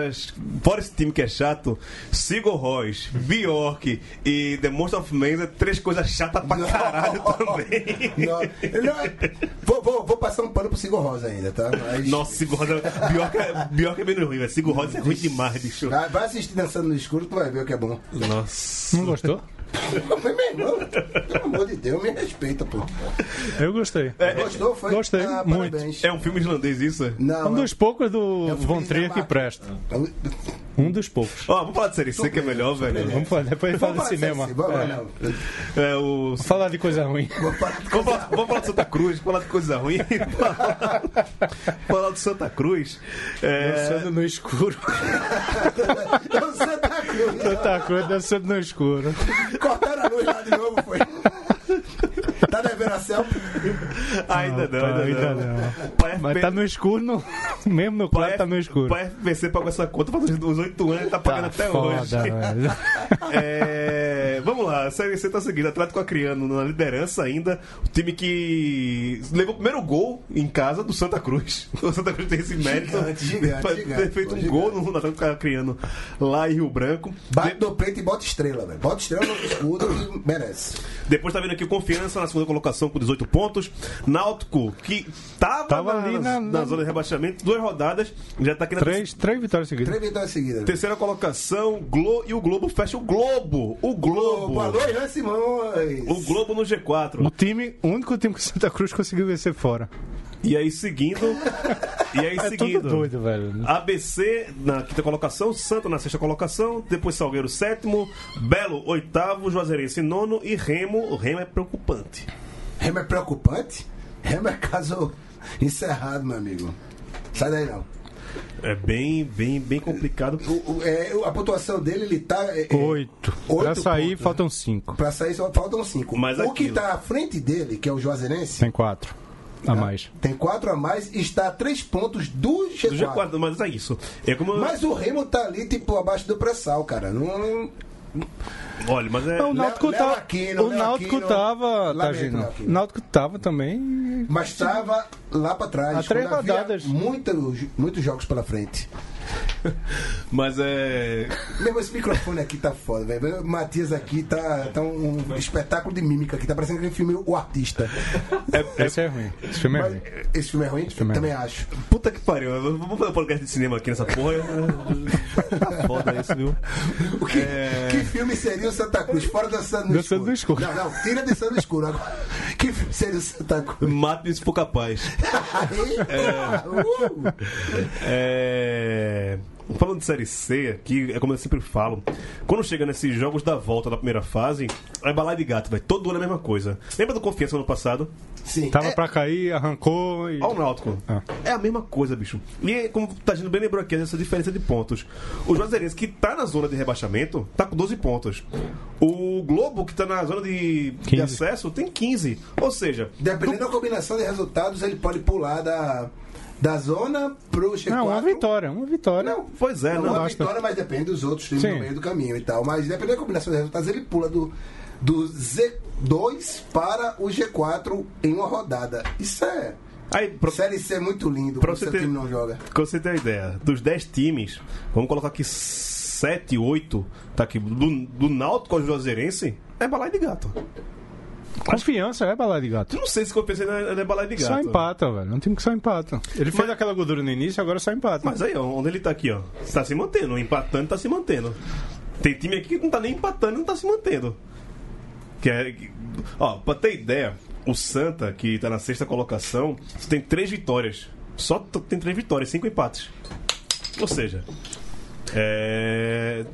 Speaker 3: Fora esse time que é chato, Sigur Rós, Bjork e The Most of Men é três coisas chatas pra caralho também.
Speaker 2: Não, não, vou, vou, vou passar um pano pro Sigur Rosa ainda, tá? Mas-
Speaker 3: Nossa, Sigur Rosa. Bjork, é- Bjork é menos ruim, mas Sigur Rosa é ruim demais, bicho.
Speaker 2: Vai, vai assistir dançando no escuro, tu vai ver o que é bom.
Speaker 3: Nossa.
Speaker 4: Não gostou?
Speaker 2: Mas, meu irmão, pelo amor de Deus, me respeita, pô.
Speaker 4: Eu gostei.
Speaker 2: Gostou? Foi?
Speaker 4: Gostei,
Speaker 2: ah,
Speaker 4: muito.
Speaker 2: Parabéns.
Speaker 3: É um filme islandês isso? é?
Speaker 4: É
Speaker 2: Não, é
Speaker 4: Um dos poucos do
Speaker 2: Eu fui
Speaker 4: Von Trier que
Speaker 2: Dinamarca.
Speaker 4: presta.
Speaker 2: Vamos
Speaker 4: Um dos poucos.
Speaker 3: Ó, vamos falar de série C que é melhor, velho.
Speaker 4: Vamos falar, depois fala de
Speaker 2: parar de
Speaker 4: cinema.
Speaker 2: ser assim, Vamos,
Speaker 4: É.
Speaker 2: não.
Speaker 3: É o.
Speaker 4: Falar de coisa ruim.
Speaker 2: Vamos parar de-
Speaker 3: Vamos falar, vamos falar de Santa Cruz, falar de coisa ruim. falar de Santa Cruz. É,
Speaker 4: Dançando no escuro.
Speaker 2: É o Santa Cruz.
Speaker 4: Tanta coisa dançando no escuro.
Speaker 2: Cortaram a luz lá de novo, foi. Tá devendo a selfie?
Speaker 3: ainda não,
Speaker 4: Tá,
Speaker 3: ainda
Speaker 4: ainda
Speaker 3: não.
Speaker 4: não.
Speaker 3: Pra
Speaker 4: Mas
Speaker 3: FP
Speaker 4: tá no escuro, no- mesmo no
Speaker 3: pra
Speaker 4: quarto tá no
Speaker 3: F-
Speaker 4: escuro.
Speaker 3: Pra FPC pagou essa conta faz uns 8 anos e tá pagando
Speaker 4: Tá
Speaker 3: até
Speaker 4: foda,
Speaker 3: hoje.
Speaker 4: velho.
Speaker 3: É, vamos lá, a Série C tá seguindo. Atlético Acreano na liderança ainda. O time que levou o primeiro gol em casa do Santa Cruz. O Santa Cruz tem esse mérito.
Speaker 2: Gigante, gigante,
Speaker 3: Foi-
Speaker 2: gigante.
Speaker 3: ter feito um
Speaker 2: Gigante.
Speaker 3: gol no Atlético Acreano lá em Rio Branco.
Speaker 2: Bate
Speaker 3: De-
Speaker 2: no peito e bota estrela, velho. Bota estrela no escudo e merece.
Speaker 3: depois tá vindo aqui o Confiança na segunda colocação com 18 pontos. Náutico, que tava,
Speaker 4: Tava
Speaker 3: na,
Speaker 4: ali na-
Speaker 3: na zona de rebaixamento, duas rodadas, já tá aqui na
Speaker 4: Três, três vitórias seguidas.
Speaker 2: Três vitórias seguidas. velho.
Speaker 3: terceira colocação. Glo e o Globo fecha o Globo. O Globo.
Speaker 2: Globo, alô, Irã né, Simões.
Speaker 3: o Globo no G4.
Speaker 4: O time, o único time que o Santa Cruz conseguiu vencer fora.
Speaker 3: E aí seguindo. e aí
Speaker 4: É
Speaker 3: seguindo.
Speaker 4: tudo doido, velho.
Speaker 3: ABC na quinta colocação, Santa na sexta colocação, depois Salgueiro sétimo, Belo oitavo, Juazeirense nono e Remo. O Remo é preocupante.
Speaker 2: Remo é preocupante? Remo é caso encerrado, meu amigo. Sai daí não.
Speaker 3: É bem, bem, bem complicado.
Speaker 2: O- o- é, o- a pontuação dele, ele tá. é, é,
Speaker 4: Oito.
Speaker 2: Oito
Speaker 4: Pra sair,
Speaker 2: pontos, né?
Speaker 4: faltam cinco.
Speaker 2: Pra sair só faltam cinco.
Speaker 3: Mas
Speaker 2: o que
Speaker 3: aquilo-
Speaker 2: tá à frente dele, que é o Juazeirense, tá?
Speaker 4: Tem quatro a
Speaker 2: É.
Speaker 4: mais.
Speaker 2: tem quatro a mais e está a três pontos do G4.
Speaker 3: Do G4, mas é isso. É como.
Speaker 2: Mas o Remo tá ali, tipo, abaixo do pré-sal, cara. Não.
Speaker 3: Olha, mas é.
Speaker 4: o Náutico
Speaker 2: Léo
Speaker 4: tá-
Speaker 2: Aquino,
Speaker 4: o
Speaker 2: Léo
Speaker 4: Náutico
Speaker 2: Aquino.
Speaker 4: tava, tá,
Speaker 2: Lamento,
Speaker 4: Gino?
Speaker 2: Léo Aquino.
Speaker 4: O Náutico tava também.
Speaker 2: Mas estava lá pra trás.
Speaker 4: Há três
Speaker 2: quando havia
Speaker 4: rodadas.
Speaker 2: Muitos, muitos jogos pela frente.
Speaker 3: Mas é.
Speaker 2: Meu, esse microfone aqui tá foda, velho. O Matias aqui tá, tá um espetáculo de mímica aqui. Tá parecendo aquele filme O Artista.
Speaker 4: Esse é ruim. Esse filme é
Speaker 2: Mas
Speaker 4: ruim.
Speaker 2: esse filme é ruim?
Speaker 4: filme é
Speaker 2: Também acho.
Speaker 3: Puta que pariu. eu Vou fazer um podcast de cinema aqui nessa porra. Tá Foda isso, viu?
Speaker 2: O que, que filme seria o Santa Cruz? Fora dançando no
Speaker 4: Dançando no
Speaker 2: escuro.
Speaker 4: escuro.
Speaker 2: Não, não, tira dançando no escuro agora. Que filme seria o Santa Cruz?
Speaker 3: Mate-me se for capaz.
Speaker 2: Eita! Uh!
Speaker 3: É... Falando de Série C aqui, é como eu sempre falo. Quando chega nesses jogos da volta da primeira fase, é balai de gato, vai todo ano é a mesma coisa. Lembra do Confiança no ano passado?
Speaker 2: Sim. é,
Speaker 4: Tava pra cair, arrancou e.
Speaker 3: Olha o Náutico.
Speaker 4: Ah.
Speaker 3: É a mesma coisa, bicho. E é como tá Tagino bem lembrou aqui, essa diferença de pontos. O Juazeirense, que tá na zona de rebaixamento, tá com 12 pontos. O Globo, que tá na zona de, de
Speaker 4: 15.
Speaker 3: acesso, tem 15. Ou seja,
Speaker 2: Dependendo da combinação de resultados, ele pode pular da, da zona pro G4.
Speaker 4: Não, uma vitória, uma vitória.
Speaker 2: Não,
Speaker 3: pois é,
Speaker 2: Não,
Speaker 3: não.
Speaker 2: uma
Speaker 4: basta.
Speaker 2: vitória, mas depende dos outros times
Speaker 4: Sim.
Speaker 2: no meio do caminho e tal. Mas dependendo da combinação de resultados, ele pula do, do Z2 para o G4 em uma rodada. Isso é.
Speaker 3: Aí, pro-
Speaker 2: Série C é muito lindo
Speaker 3: Pra
Speaker 2: quando
Speaker 3: você
Speaker 2: seu
Speaker 3: ter-
Speaker 2: time não joga.
Speaker 3: Pra você ter uma ideia, dos 10 times, vamos colocar aqui 7, 8, tá aqui, do, do Náutico ao Juazeirense, é balai de gato.
Speaker 4: Confiança é balada de gato.
Speaker 3: Eu não sei se o que eu pensei é balai de gato.
Speaker 4: Só empata, velho. É Um time que só empata. Ele fez aquela gordura no início, agora só empata.
Speaker 3: Mas aí, ó, onde ele tá aqui, ó, tá se mantendo, empatando, tá se mantendo. Tem time aqui que não tá nem empatando, não tá se mantendo. Que é, que- ó, pra ter ideia, o Santa, que tá na sexta colocação, só tem 3 vitórias. Só t- tem 3 vitórias, 5 empates. Ou seja, É.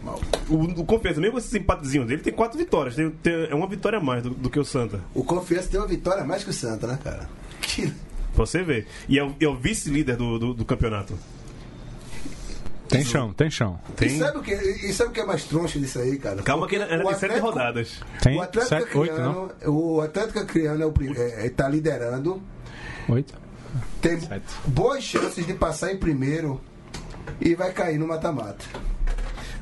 Speaker 3: O, o Confiança, mesmo com esses empatezinhos dele, tem quatro vitórias. Tem, tem- é uma vitória a mais do, do que o Santa.
Speaker 2: O Confiança tem uma vitória a mais que o Santa, né, cara? Que-
Speaker 3: Pra você ver. E é o, é o vice-líder do, do, do campeonato.
Speaker 4: Tem chão, tem chão.
Speaker 2: E, sabe o que, e sabe o que é mais troncha disso aí, cara?
Speaker 3: Calma que era
Speaker 2: O
Speaker 3: de sete
Speaker 2: Atlético-
Speaker 3: rodadas.
Speaker 4: Tem
Speaker 2: o Atlético
Speaker 4: sete, oito, não?
Speaker 2: Acreano, o Atlético Acreano é o pri- é, é, tá liderando,
Speaker 4: Oito.
Speaker 2: tem
Speaker 4: Sete.
Speaker 2: boas chances de passar em primeiro e vai cair no mata-mata.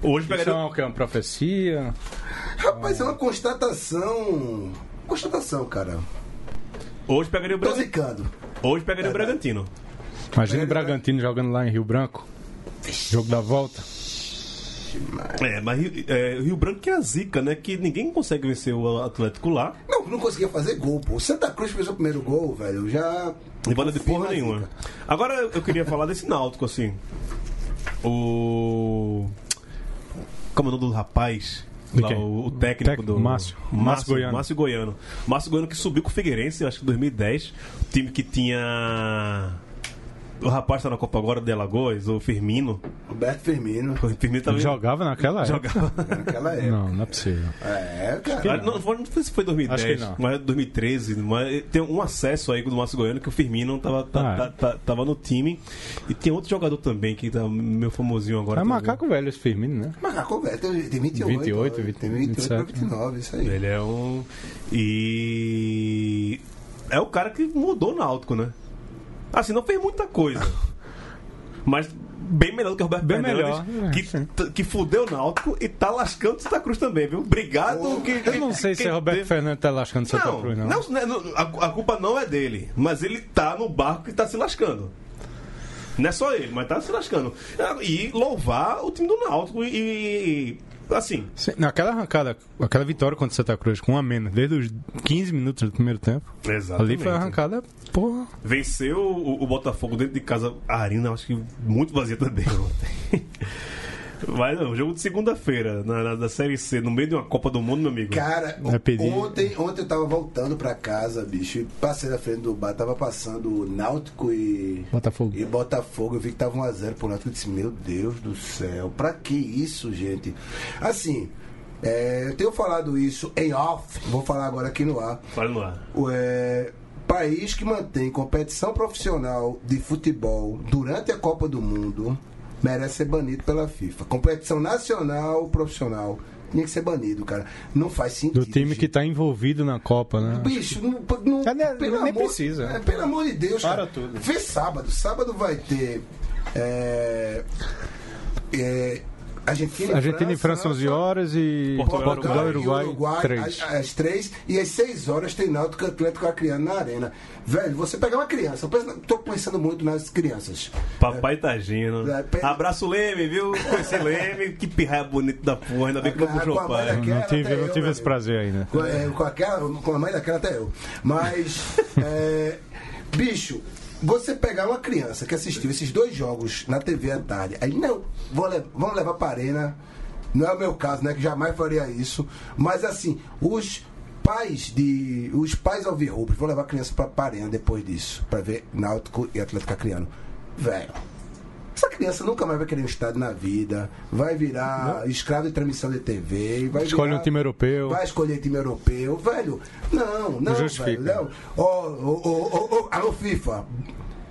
Speaker 3: Hoje
Speaker 4: Isso é
Speaker 3: pegaria.
Speaker 4: uma, o quê? uma profecia.
Speaker 2: Rapaz, é uma constatação. Constatação, cara.
Speaker 3: Hoje pegaria o
Speaker 2: Tô
Speaker 3: Bragantino.
Speaker 2: zicando.
Speaker 3: Hoje pegaria o Bragantino. É,
Speaker 4: Imagina o Bragantino jogando lá em Rio Branco. Jogo da volta.
Speaker 3: É, mas Rio- é, Rio Branco que é a zica, né? Que ninguém consegue vencer o Atlético lá.
Speaker 2: Não, não conseguia fazer gol, pô. O Santa Cruz fez o primeiro gol, velho. Já.
Speaker 3: E vale de é porra
Speaker 2: Confirma a
Speaker 3: nenhuma.
Speaker 2: zica.
Speaker 3: Agora eu queria falar desse Náutico, assim. O. Como é o nome do rapaz?
Speaker 4: De
Speaker 3: Lá,
Speaker 4: quem?
Speaker 3: o, o técnico
Speaker 4: Tec-
Speaker 3: do.
Speaker 4: Márcio. Márcio
Speaker 3: Márcio
Speaker 4: Goiano.
Speaker 3: Márcio Goiano. Márcio Goiano que subiu com o Figueirense, eu acho que em 2010. O time que tinha. O rapaz tá na Copa agora de Alagoas, o Firmino.
Speaker 2: Roberto Firmino,
Speaker 3: O Firmino tava.
Speaker 4: Jogava naquela época.
Speaker 3: Tá Jogava.
Speaker 2: naquela época.
Speaker 4: Não, não é possível.
Speaker 2: É,
Speaker 3: Ah,
Speaker 2: cara.
Speaker 3: Não, foi- não sei se foi 2010,
Speaker 4: Acho que não.
Speaker 3: mas 2013. Mas tem um acesso aí do Márcio Goiano que o Firmino tava, tá-
Speaker 4: Ah.
Speaker 3: tá- tá- tava no time. E tem outro jogador também que tá meu famosinho agora.
Speaker 4: É
Speaker 3: também.
Speaker 4: macaco velho esse Firmino, né?
Speaker 2: Macaco velho, tem tem 28.
Speaker 4: 28,
Speaker 2: ó, né? tem 28
Speaker 4: 27,
Speaker 3: né?
Speaker 2: pra 29, isso aí.
Speaker 3: Ele é um. E. É o cara que mudou o Náutico, né? Assim, não fez muita coisa. Mas bem melhor do que o Roberto
Speaker 4: Bem
Speaker 3: Fernandes,
Speaker 4: melhor, é, sim.
Speaker 3: que, que fudeu o Náutico e tá lascando o Santa Cruz também, viu? Obrigado. que,
Speaker 4: Eu não sei se
Speaker 3: que-
Speaker 4: é Roberto Fernandes tá lascando Santa
Speaker 3: Não,
Speaker 4: Cruz, não.
Speaker 3: não, né, não, a, a culpa não é dele, mas ele tá no barco que tá se lascando. Não é só ele, mas tá se lascando. E louvar o time do Náutico e. e assim,
Speaker 4: Sim, Naquela arrancada, aquela vitória contra o Santa Cruz com um a menos, desde os 15 minutos do primeiro tempo.
Speaker 3: Exatamente.
Speaker 4: Ali foi uma arrancada, porra.
Speaker 3: venceu o, o Botafogo dentro de casa. A Arena, acho que muito vazia também ontem. Mas não, jogo de segunda-feira, na, na- da Série C, no meio de uma Copa do Mundo, meu amigo.
Speaker 2: Cara,
Speaker 4: É pedir.
Speaker 2: ontem, ontem eu tava voltando pra casa, bicho, e passei na frente do bar, tava passando o Náutico e.
Speaker 4: Botafogo.
Speaker 2: E Botafogo, eu vi que tava 1x0 pro Náutico. Eu disse, meu Deus do céu, pra que isso, gente? Assim, é, eu tenho falado isso em off, vou falar agora aqui no ar.
Speaker 3: Fala no ar.
Speaker 2: O, é, país que mantém competição profissional de futebol durante a Copa do Mundo merece ser banido pela FIFA. Competição nacional profissional tinha que ser banido, cara. Não faz sentido.
Speaker 4: Do time que
Speaker 2: gente.
Speaker 4: tá envolvido na Copa, né?
Speaker 2: Bicho, não, não-
Speaker 4: Já nem- né, nem precisa.
Speaker 2: é, pelo amor de Deus,
Speaker 4: Para
Speaker 2: cara.
Speaker 4: tudo.
Speaker 2: Vê sábado. Sábado vai ter. É, é, Argentina,
Speaker 4: Argentina e França 11 horas e
Speaker 3: Portugal,
Speaker 4: Portugal e Uruguai
Speaker 2: às,
Speaker 4: 3.
Speaker 2: às três, e às 6 horas tem Náutico e Atlético Acreano na arena. Velho, você pega uma criança, eu penso- tô pensando muito nas crianças.
Speaker 3: Papai tá agindo.
Speaker 2: É, pe-
Speaker 3: Abraço Leme, viu? Conheci Leme, que pirraia bonito da porra, ainda bem que não
Speaker 2: Ah,
Speaker 3: puxou
Speaker 2: com a
Speaker 3: o pai.
Speaker 2: mãe daquela
Speaker 4: Não tive,
Speaker 2: até
Speaker 4: não
Speaker 2: eu,
Speaker 4: tive
Speaker 2: meu
Speaker 4: esse
Speaker 2: amigo.
Speaker 4: prazer né? ainda.
Speaker 2: Com, é, com aquela, com a mãe daquela até eu. Mas, é, bicho, você pegar uma criança que assistiu esses dois jogos na TV à tarde, aí não, vou le- vamos levar para arena. Não é o meu caso, né? Que jamais faria isso. Mas assim, os pais de. Os pais alvirrubros vão levar a criança para arena depois disso, para ver Náutico e Atlético Acreano. Velho. Essa criança nunca mais vai querer um estádio na vida, vai virar escravo de transmissão de TV, vai
Speaker 4: Escolhe
Speaker 2: virar-
Speaker 4: um time europeu.
Speaker 2: Vai escolher time europeu, velho. Não, não,
Speaker 4: justifica.
Speaker 2: velho. Não. Ó, ó, ó, ó, ó, alô, FIFA.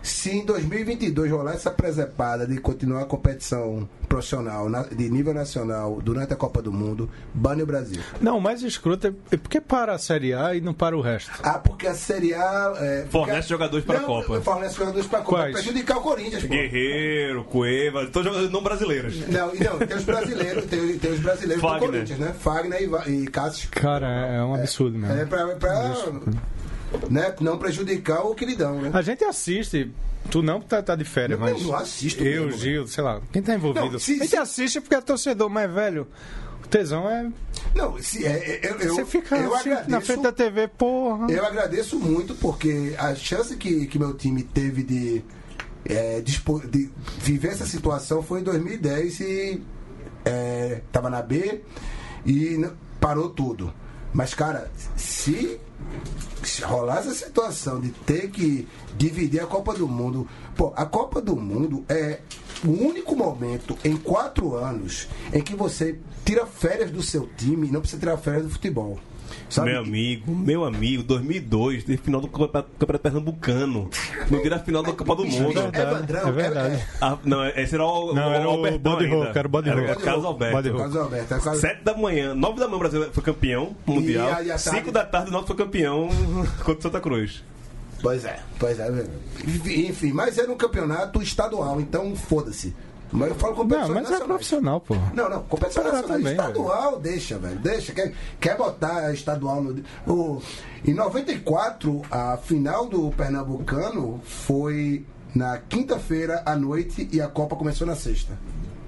Speaker 2: Se em 2022 rolar essa presepada de continuar a competição profissional na- de nível nacional durante a Copa do Mundo, bane o Brasil.
Speaker 4: Não, o mais escroto é é porque para a Série A e não para o resto.
Speaker 2: Ah, porque a Série A. É, porque
Speaker 3: Fornece
Speaker 2: a-
Speaker 3: jogadores para a
Speaker 2: Não,
Speaker 3: Copa.
Speaker 2: Fornece jogadores para a Copa.
Speaker 4: Quais?
Speaker 2: Prejudicar o Corinthians, pô.
Speaker 3: Guerreiro, Cueva, todos jogadores não brasileiros.
Speaker 2: Não, e não, tem os brasileiros, tem, tem os brasileiros do
Speaker 3: Fagner.
Speaker 2: Corinthians, né? Fagner e, Va- e Cássio.
Speaker 4: Cara, é um absurdo mesmo.
Speaker 2: É pra, pra né, não prejudicar o queridão, né?
Speaker 4: A gente assiste. Tu não, porque tá, tá de férias,
Speaker 2: Não,
Speaker 4: mas.
Speaker 2: eu assisto
Speaker 4: Eu,
Speaker 2: mesmo,
Speaker 4: Gil, sei lá. Quem tá envolvido?
Speaker 2: Não, se-
Speaker 4: a gente
Speaker 2: se-
Speaker 4: assiste porque é torcedor, mas, velho, o tesão é.
Speaker 2: Não, se, é, é, eu, eu,
Speaker 4: Você fica
Speaker 2: eu
Speaker 4: assim,
Speaker 2: agradeço,
Speaker 4: na frente da TV, porra.
Speaker 2: Eu agradeço muito, porque a chance que, que meu time teve de, é, dispo- de viver essa situação foi em 2010 e é, tava na B e n- parou tudo. Mas, cara, se, se rolar essa situação de ter que dividir a Copa do Mundo, pô, a Copa do Mundo é o único momento em quatro anos em que você tira férias do seu time e não precisa tirar férias do futebol. Sabe?
Speaker 3: Meu amigo, meu amigo, 2002, teve final do Campeonato Campeonato Pernambucano. No dia da final da Copa do Mundo.
Speaker 2: É verdade.
Speaker 4: é verdade.
Speaker 3: Ah, não, esse era o.
Speaker 4: Não, era o
Speaker 3: Albertão
Speaker 4: Body
Speaker 3: ainda.
Speaker 4: Rock, era o Body Rock.
Speaker 3: Era o Carlos Alberto.
Speaker 4: Body Rock.
Speaker 2: Carlos Alberto, é por causa-
Speaker 3: Sete da manhã, nove da manhã o Brasil foi campeão mundial.
Speaker 2: aí à tarde-
Speaker 3: Cinco da tarde o Náutico foi campeão contra o Santa Cruz.
Speaker 2: Pois é, pois é. Enfim, mas era um campeonato estadual, então foda-se. Mas eu falo
Speaker 4: Não,
Speaker 2: competições
Speaker 4: mas é
Speaker 2: nacionais.
Speaker 4: profissional, porra.
Speaker 2: Não, não, competição
Speaker 4: Parar
Speaker 2: nacional.
Speaker 4: também,
Speaker 2: estadual, deixa, velho. Deixa. Quer, quer botar estadual no. O, em 94, a final do Pernambucano foi na quinta-feira à noite e a Copa começou na sexta.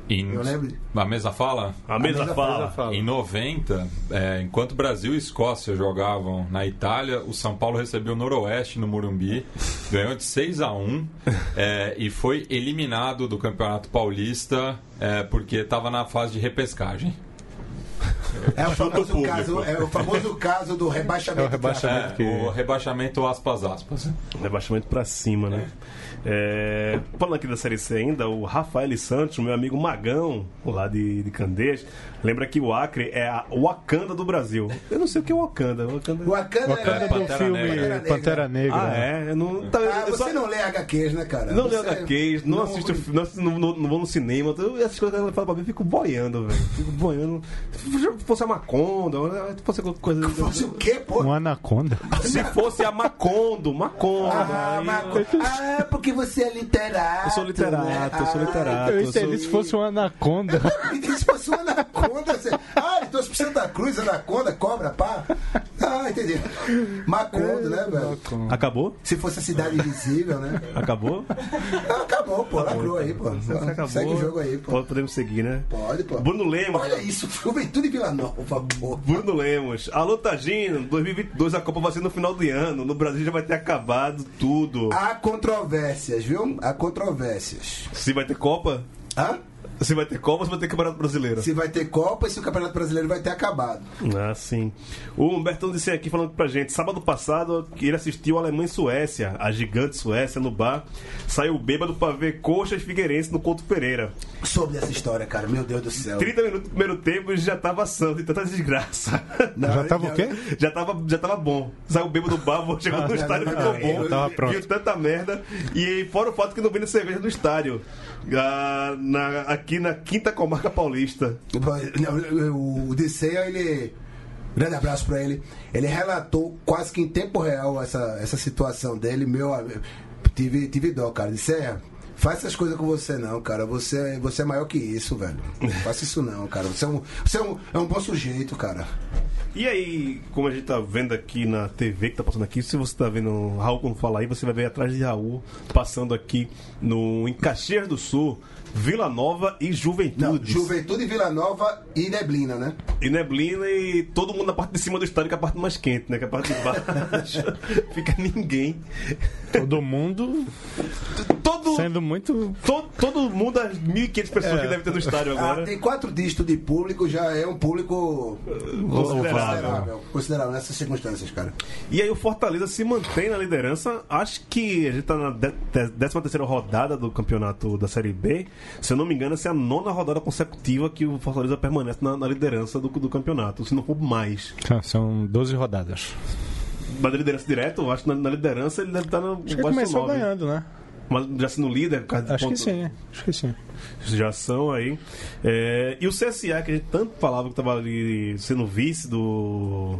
Speaker 5: Em-
Speaker 2: Eu lembro.
Speaker 5: A mesa fala?
Speaker 3: A mesa,
Speaker 2: mesa
Speaker 3: fala.
Speaker 4: fala.
Speaker 5: Em 90, é, enquanto Brasil e Escócia jogavam na Itália, o São Paulo recebeu o Noroeste no Morumbi, ganhou de 6 a 1 é, e foi eliminado do Campeonato Paulista é, porque estava na fase de repescagem.
Speaker 2: É o famoso,
Speaker 3: público.
Speaker 2: caso, é o famoso caso do rebaixamento.
Speaker 4: É o rebaixamento.
Speaker 5: É,
Speaker 4: Que-
Speaker 5: O rebaixamento aspas aspas.
Speaker 3: Rebaixamento É pra cima, né? É, falando aqui da Série C ainda, o Rafael Santos, meu amigo Magão, lá de, de Candeias, lembra que o Acre é a Wakanda do Brasil. Eu não sei o que é Wakanda. Wakanda...
Speaker 2: O Wakanda,
Speaker 5: Wakanda
Speaker 2: é-
Speaker 5: do
Speaker 4: O
Speaker 5: Pantera
Speaker 4: filme
Speaker 5: Negra.
Speaker 4: Pantera Negra.
Speaker 3: Ah, é? Eu não... tá-
Speaker 2: Ah,
Speaker 3: eu
Speaker 2: você
Speaker 3: só-
Speaker 2: não lê HQs, né, cara?
Speaker 3: Não
Speaker 2: Você-
Speaker 3: leio HQs, não, assisto, não, assisto- não, não- não vou no cinema. eu- Essas coisas que ela fala pra mim, eu fico boiando, velho. Fico boiando. Se fosse a Maconda, se fosse qualquer coisa.
Speaker 2: Fosse o quê, pô?
Speaker 4: Um anaconda.
Speaker 3: Se fosse a Macondo, Macondo.
Speaker 2: Ah,
Speaker 3: aí-
Speaker 2: Marco. Ah, porque você é literato.
Speaker 3: Eu sou literato,
Speaker 2: né?
Speaker 3: eu sou
Speaker 2: Ah,
Speaker 3: literato.
Speaker 4: eu
Speaker 3: eu sou-
Speaker 4: entendi se fosse um anaconda.
Speaker 2: Entendi se fosse uma anaconda. Você... Ah, ele trouxe pro Santa Cruz, anaconda, cobra, pá. Ah, entendi. Macondo,
Speaker 3: É,
Speaker 2: né, velho?
Speaker 3: Acabou?
Speaker 2: Se fosse a cidade invisível, né?
Speaker 3: Acabou?
Speaker 2: Ah, acabou, pô. Lacrou aí, pô.
Speaker 3: Acabou.
Speaker 2: Segue o jogo aí, pô.
Speaker 3: Pode- Podemos seguir, né?
Speaker 2: Pode, pô.
Speaker 3: Bruno Lemos.
Speaker 2: Olha isso, Juventude Vila Nova, pô.
Speaker 3: Bruno Lemos. Alô, Tagino. 2022 a Copa vai ser no final de ano. No Brasil já vai ter acabado tudo.
Speaker 2: Há controvérsias, viu? Há controvérsias.
Speaker 3: Se vai ter Copa?
Speaker 2: Hã?
Speaker 3: Se vai ter Copa, se vai ter Campeonato Brasileiro.
Speaker 2: Se vai ter Copa e se o Campeonato Brasileiro vai ter acabado.
Speaker 3: Ah, sim. O Humbertão disse aqui falando pra gente, sábado passado que ele assistiu Alemanha e Suécia, a gigante Suécia no bar. Saiu bêbado pra ver Coxas Figueirense no Couto Pereira.
Speaker 2: Soube dessa história, cara. Meu Deus do céu.
Speaker 3: 30 minutos do primeiro tempo e já tava santo e tanta desgraça.
Speaker 2: Não,
Speaker 4: Já tava o quê?
Speaker 3: já, tava, já tava bom. Saiu bêbado do bar, chegou no estádio,
Speaker 2: não,
Speaker 3: ficou
Speaker 2: não,
Speaker 3: bom.
Speaker 4: eu Ah, tava
Speaker 3: Viu
Speaker 4: pronto.
Speaker 3: tanta merda. E fora o fato que não vende cerveja no estádio. Ah, na- aqui na quinta comarca paulista.
Speaker 2: Não, O Disseia, ele. Grande abraço pra ele. Ele relatou quase que em tempo real essa, essa situação dele. Meu amigo. Tive, tive dó, cara. Disseia, faz essas coisas com você, não, cara. Você, você é maior que isso, velho. Não faça isso, não, cara. Você é um, você é um, é um bom sujeito, cara.
Speaker 3: E aí, como a gente tá vendo aqui na TV que tá passando aqui, se você tá vendo o Raul quando fala aí, você vai ver atrás de Raul passando aqui no em Caxias do Sul, Vila Nova e Juventude.
Speaker 2: Não, Juventude Vila Nova e Neblina, né?
Speaker 3: E neblina e todo mundo na parte de cima do estádio, que é a parte mais quente, né? Que é a parte de baixo fica ninguém.
Speaker 4: Todo mundo
Speaker 3: Todo,
Speaker 4: sendo muito.
Speaker 3: todo, todo mundo, as 1.500 pessoas
Speaker 4: É.
Speaker 3: que deve ter no estádio
Speaker 2: Ah,
Speaker 3: agora. né?
Speaker 2: tem quatro dígitos de público, já é um público
Speaker 3: Considerável.
Speaker 2: considerável, considerável nessas circunstâncias, cara.
Speaker 3: E aí o Fortaleza se mantém na liderança. Acho que a gente tá na 13 terceira rodada do campeonato da Série B. Se eu não me engano, essa é a nona rodada consecutiva que o Fortaleza permanece na, na liderança do, do campeonato, se não for mais.
Speaker 4: Ah, São 12 rodadas.
Speaker 3: Na liderança direto, eu acho que na, na liderança ele deve estar no
Speaker 4: Acho que
Speaker 3: baixo do
Speaker 4: começou
Speaker 3: nove.
Speaker 4: ganhando, né?
Speaker 3: Mas já sendo líder, por causa de
Speaker 4: Acho que
Speaker 3: ponto-
Speaker 4: sim, acho que sim.
Speaker 3: já são aí. É, e o CSA, que a gente tanto falava que tava ali sendo vice do.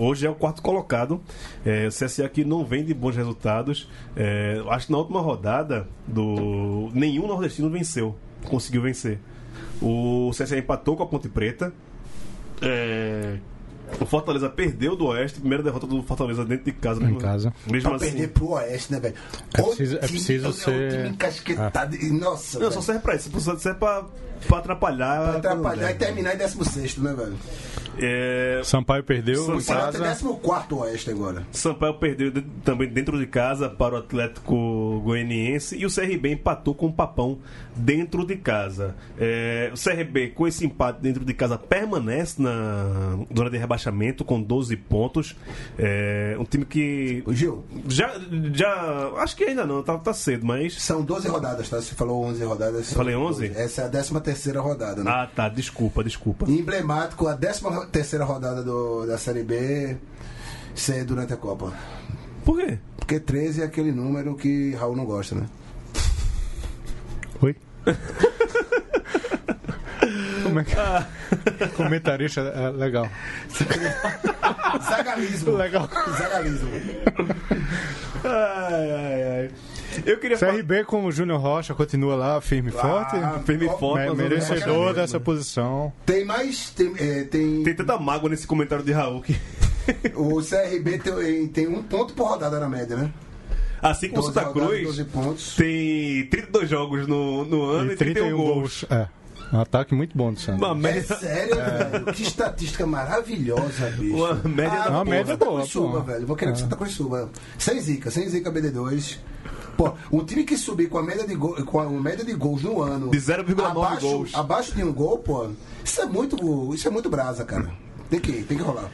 Speaker 3: Hoje é o quarto colocado. É, o CSA que não vem de bons resultados. É, acho que na última rodada do. Nenhum nordestino venceu. Conseguiu vencer. O CSA empatou com a Ponte Preta. É, O Fortaleza perdeu do Oeste, primeira derrota do Fortaleza dentro de casa. mesmo-
Speaker 4: casa.
Speaker 3: Mesmo
Speaker 2: Pra
Speaker 3: assim.
Speaker 2: perder pro Oeste, né, velho?
Speaker 4: É
Speaker 2: O
Speaker 4: preciso- é
Speaker 2: time-
Speaker 4: preciso
Speaker 2: o-
Speaker 4: ser-
Speaker 2: O time encasquetado. e, Nossa,
Speaker 3: Não,
Speaker 2: velho,
Speaker 3: só serve pra isso. Só serve pra, pra atrapalhar.
Speaker 2: pra atrapalhar e terminar em 16, né, velho?
Speaker 3: É,
Speaker 4: Sampaio perdeu
Speaker 3: Sampaio
Speaker 4: em
Speaker 2: Será que é
Speaker 4: casa.
Speaker 2: 14 Oeste agora.
Speaker 3: Sampaio perdeu de- também dentro de casa para o Atlético Goianiense e o CRB empatou com o Papão dentro de casa. É, o CRB, com esse empate dentro de casa, permanece na zona de rebaixamento com 12 pontos. É, um time que.
Speaker 2: Ô, Gil,
Speaker 3: Já, já. Acho que ainda não, tá, tá cedo, mas.
Speaker 2: são 12 rodadas, tá? Você falou 11 rodadas. são
Speaker 3: Falei 11?
Speaker 2: 12. Essa é a 13 rodada, né?
Speaker 3: Ah, tá, desculpa, desculpa.
Speaker 2: Emblemático, a 13 rodada do, da Série B ser durante a Copa.
Speaker 3: Por quê?
Speaker 2: Porque 13 é aquele número que Raul não gosta, né?
Speaker 4: Oi? Como é que. Comentarista é, legal.
Speaker 2: Zagalismo.
Speaker 4: Legal.
Speaker 2: Zagalismo.
Speaker 3: Ai, ai, ai. Eu queria falar.
Speaker 4: CRB com o Júnior Rocha continua lá, tá firme e forte. Ah,
Speaker 3: Firme e
Speaker 2: ó,
Speaker 3: forte,
Speaker 4: Me-
Speaker 3: mas-
Speaker 4: merecedor dessa posição.
Speaker 2: Tem mais. Tem, eh, tem-
Speaker 3: Tem tanta mágoa nesse comentário de Raul que.
Speaker 2: o CRB tem, tem um ponto por rodada na média, né?
Speaker 3: Assim como o
Speaker 2: 12
Speaker 3: Santa
Speaker 2: rodadas,
Speaker 3: Cruz
Speaker 2: 12 pontos.
Speaker 3: tem 32 jogos no, no
Speaker 4: Tá
Speaker 3: ano e, 31 gols.
Speaker 4: É. Um ataque muito bom do Santos.
Speaker 3: Uma
Speaker 2: É
Speaker 3: média,
Speaker 2: sério, velho. Que estatística maravilhosa, bicho.
Speaker 3: uma média É.
Speaker 2: Ah,
Speaker 3: da
Speaker 4: uma
Speaker 2: pô,
Speaker 4: média
Speaker 2: Santa
Speaker 4: boa,
Speaker 2: Cruz suba,
Speaker 4: pô.
Speaker 2: velho. Vou querer que Santa Cruz suba. Sem zica, sem zica BD2. Pô, um time que subir com a média de, gol, com a média de gols no ano.
Speaker 3: De 0,9
Speaker 2: abaixo-
Speaker 3: gols.
Speaker 2: Abaixo de um gol, pô. Isso é muito, isso é muito brasa, cara. Tem que ir, tem que rolar.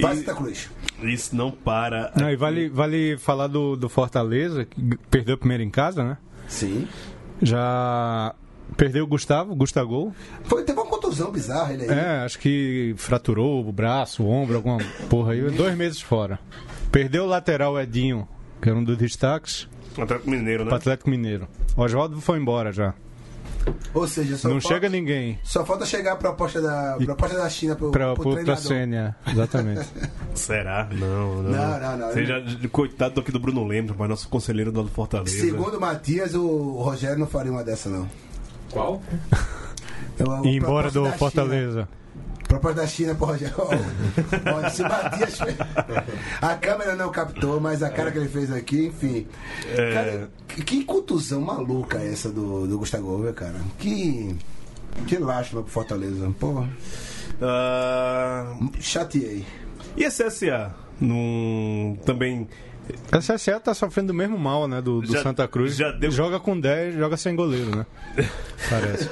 Speaker 2: Vai,
Speaker 3: E-
Speaker 2: Santa Cruz.
Speaker 3: Isso não para.
Speaker 4: Não, e vale, vale falar do, do Fortaleza, que perdeu primeiro em casa, né?
Speaker 2: Sim.
Speaker 4: Já perdeu o Gustavo, Gustagol.
Speaker 2: Foi, teve uma contusão bizarra ele aí.
Speaker 4: É, acho que fraturou o braço, o ombro, alguma porra aí. Dois meses fora. Perdeu o lateral Edinho, que era um dos destaques,
Speaker 3: Atlético Mineiro, né?
Speaker 4: pro Atlético Mineiro. Oswaldo foi embora já.
Speaker 2: Ou seja, só
Speaker 4: Não
Speaker 2: falta,
Speaker 4: chega ninguém
Speaker 2: Só falta chegar a proposta da, proposta da China pro,
Speaker 4: pra,
Speaker 2: pro
Speaker 4: pra, pra
Speaker 2: treinador.
Speaker 4: Sênia. Exatamente.
Speaker 3: Será? Não, não.
Speaker 2: Não, não, não.
Speaker 3: Seja coitado aqui do Bruno Lemos, mas nosso conselheiro do Fortaleza.
Speaker 2: Segundo o Matias, o Rogério não faria uma dessa, não.
Speaker 5: Qual?
Speaker 2: Eu- a
Speaker 4: E
Speaker 2: proposta
Speaker 4: embora do
Speaker 2: da China-
Speaker 4: Fortaleza.
Speaker 2: proposta da China pro Rogério. Ó, ó, se Matias. fez- A câmera não captou, mas a cara que ele fez aqui, enfim.
Speaker 4: É.
Speaker 2: Cara, que- que contusão maluca é essa do, do Gustavo, velho, cara? Que. Que lástima pro Fortaleza. Pô,
Speaker 3: Ah,
Speaker 2: chateei.
Speaker 3: e a CSA? Num, também
Speaker 4: A CSA tá sofrendo o mesmo mal, né? Do, do
Speaker 3: Já-
Speaker 4: Santa Cruz.
Speaker 3: já deu-
Speaker 4: Joga com 10, joga sem goleiro, né? Parece.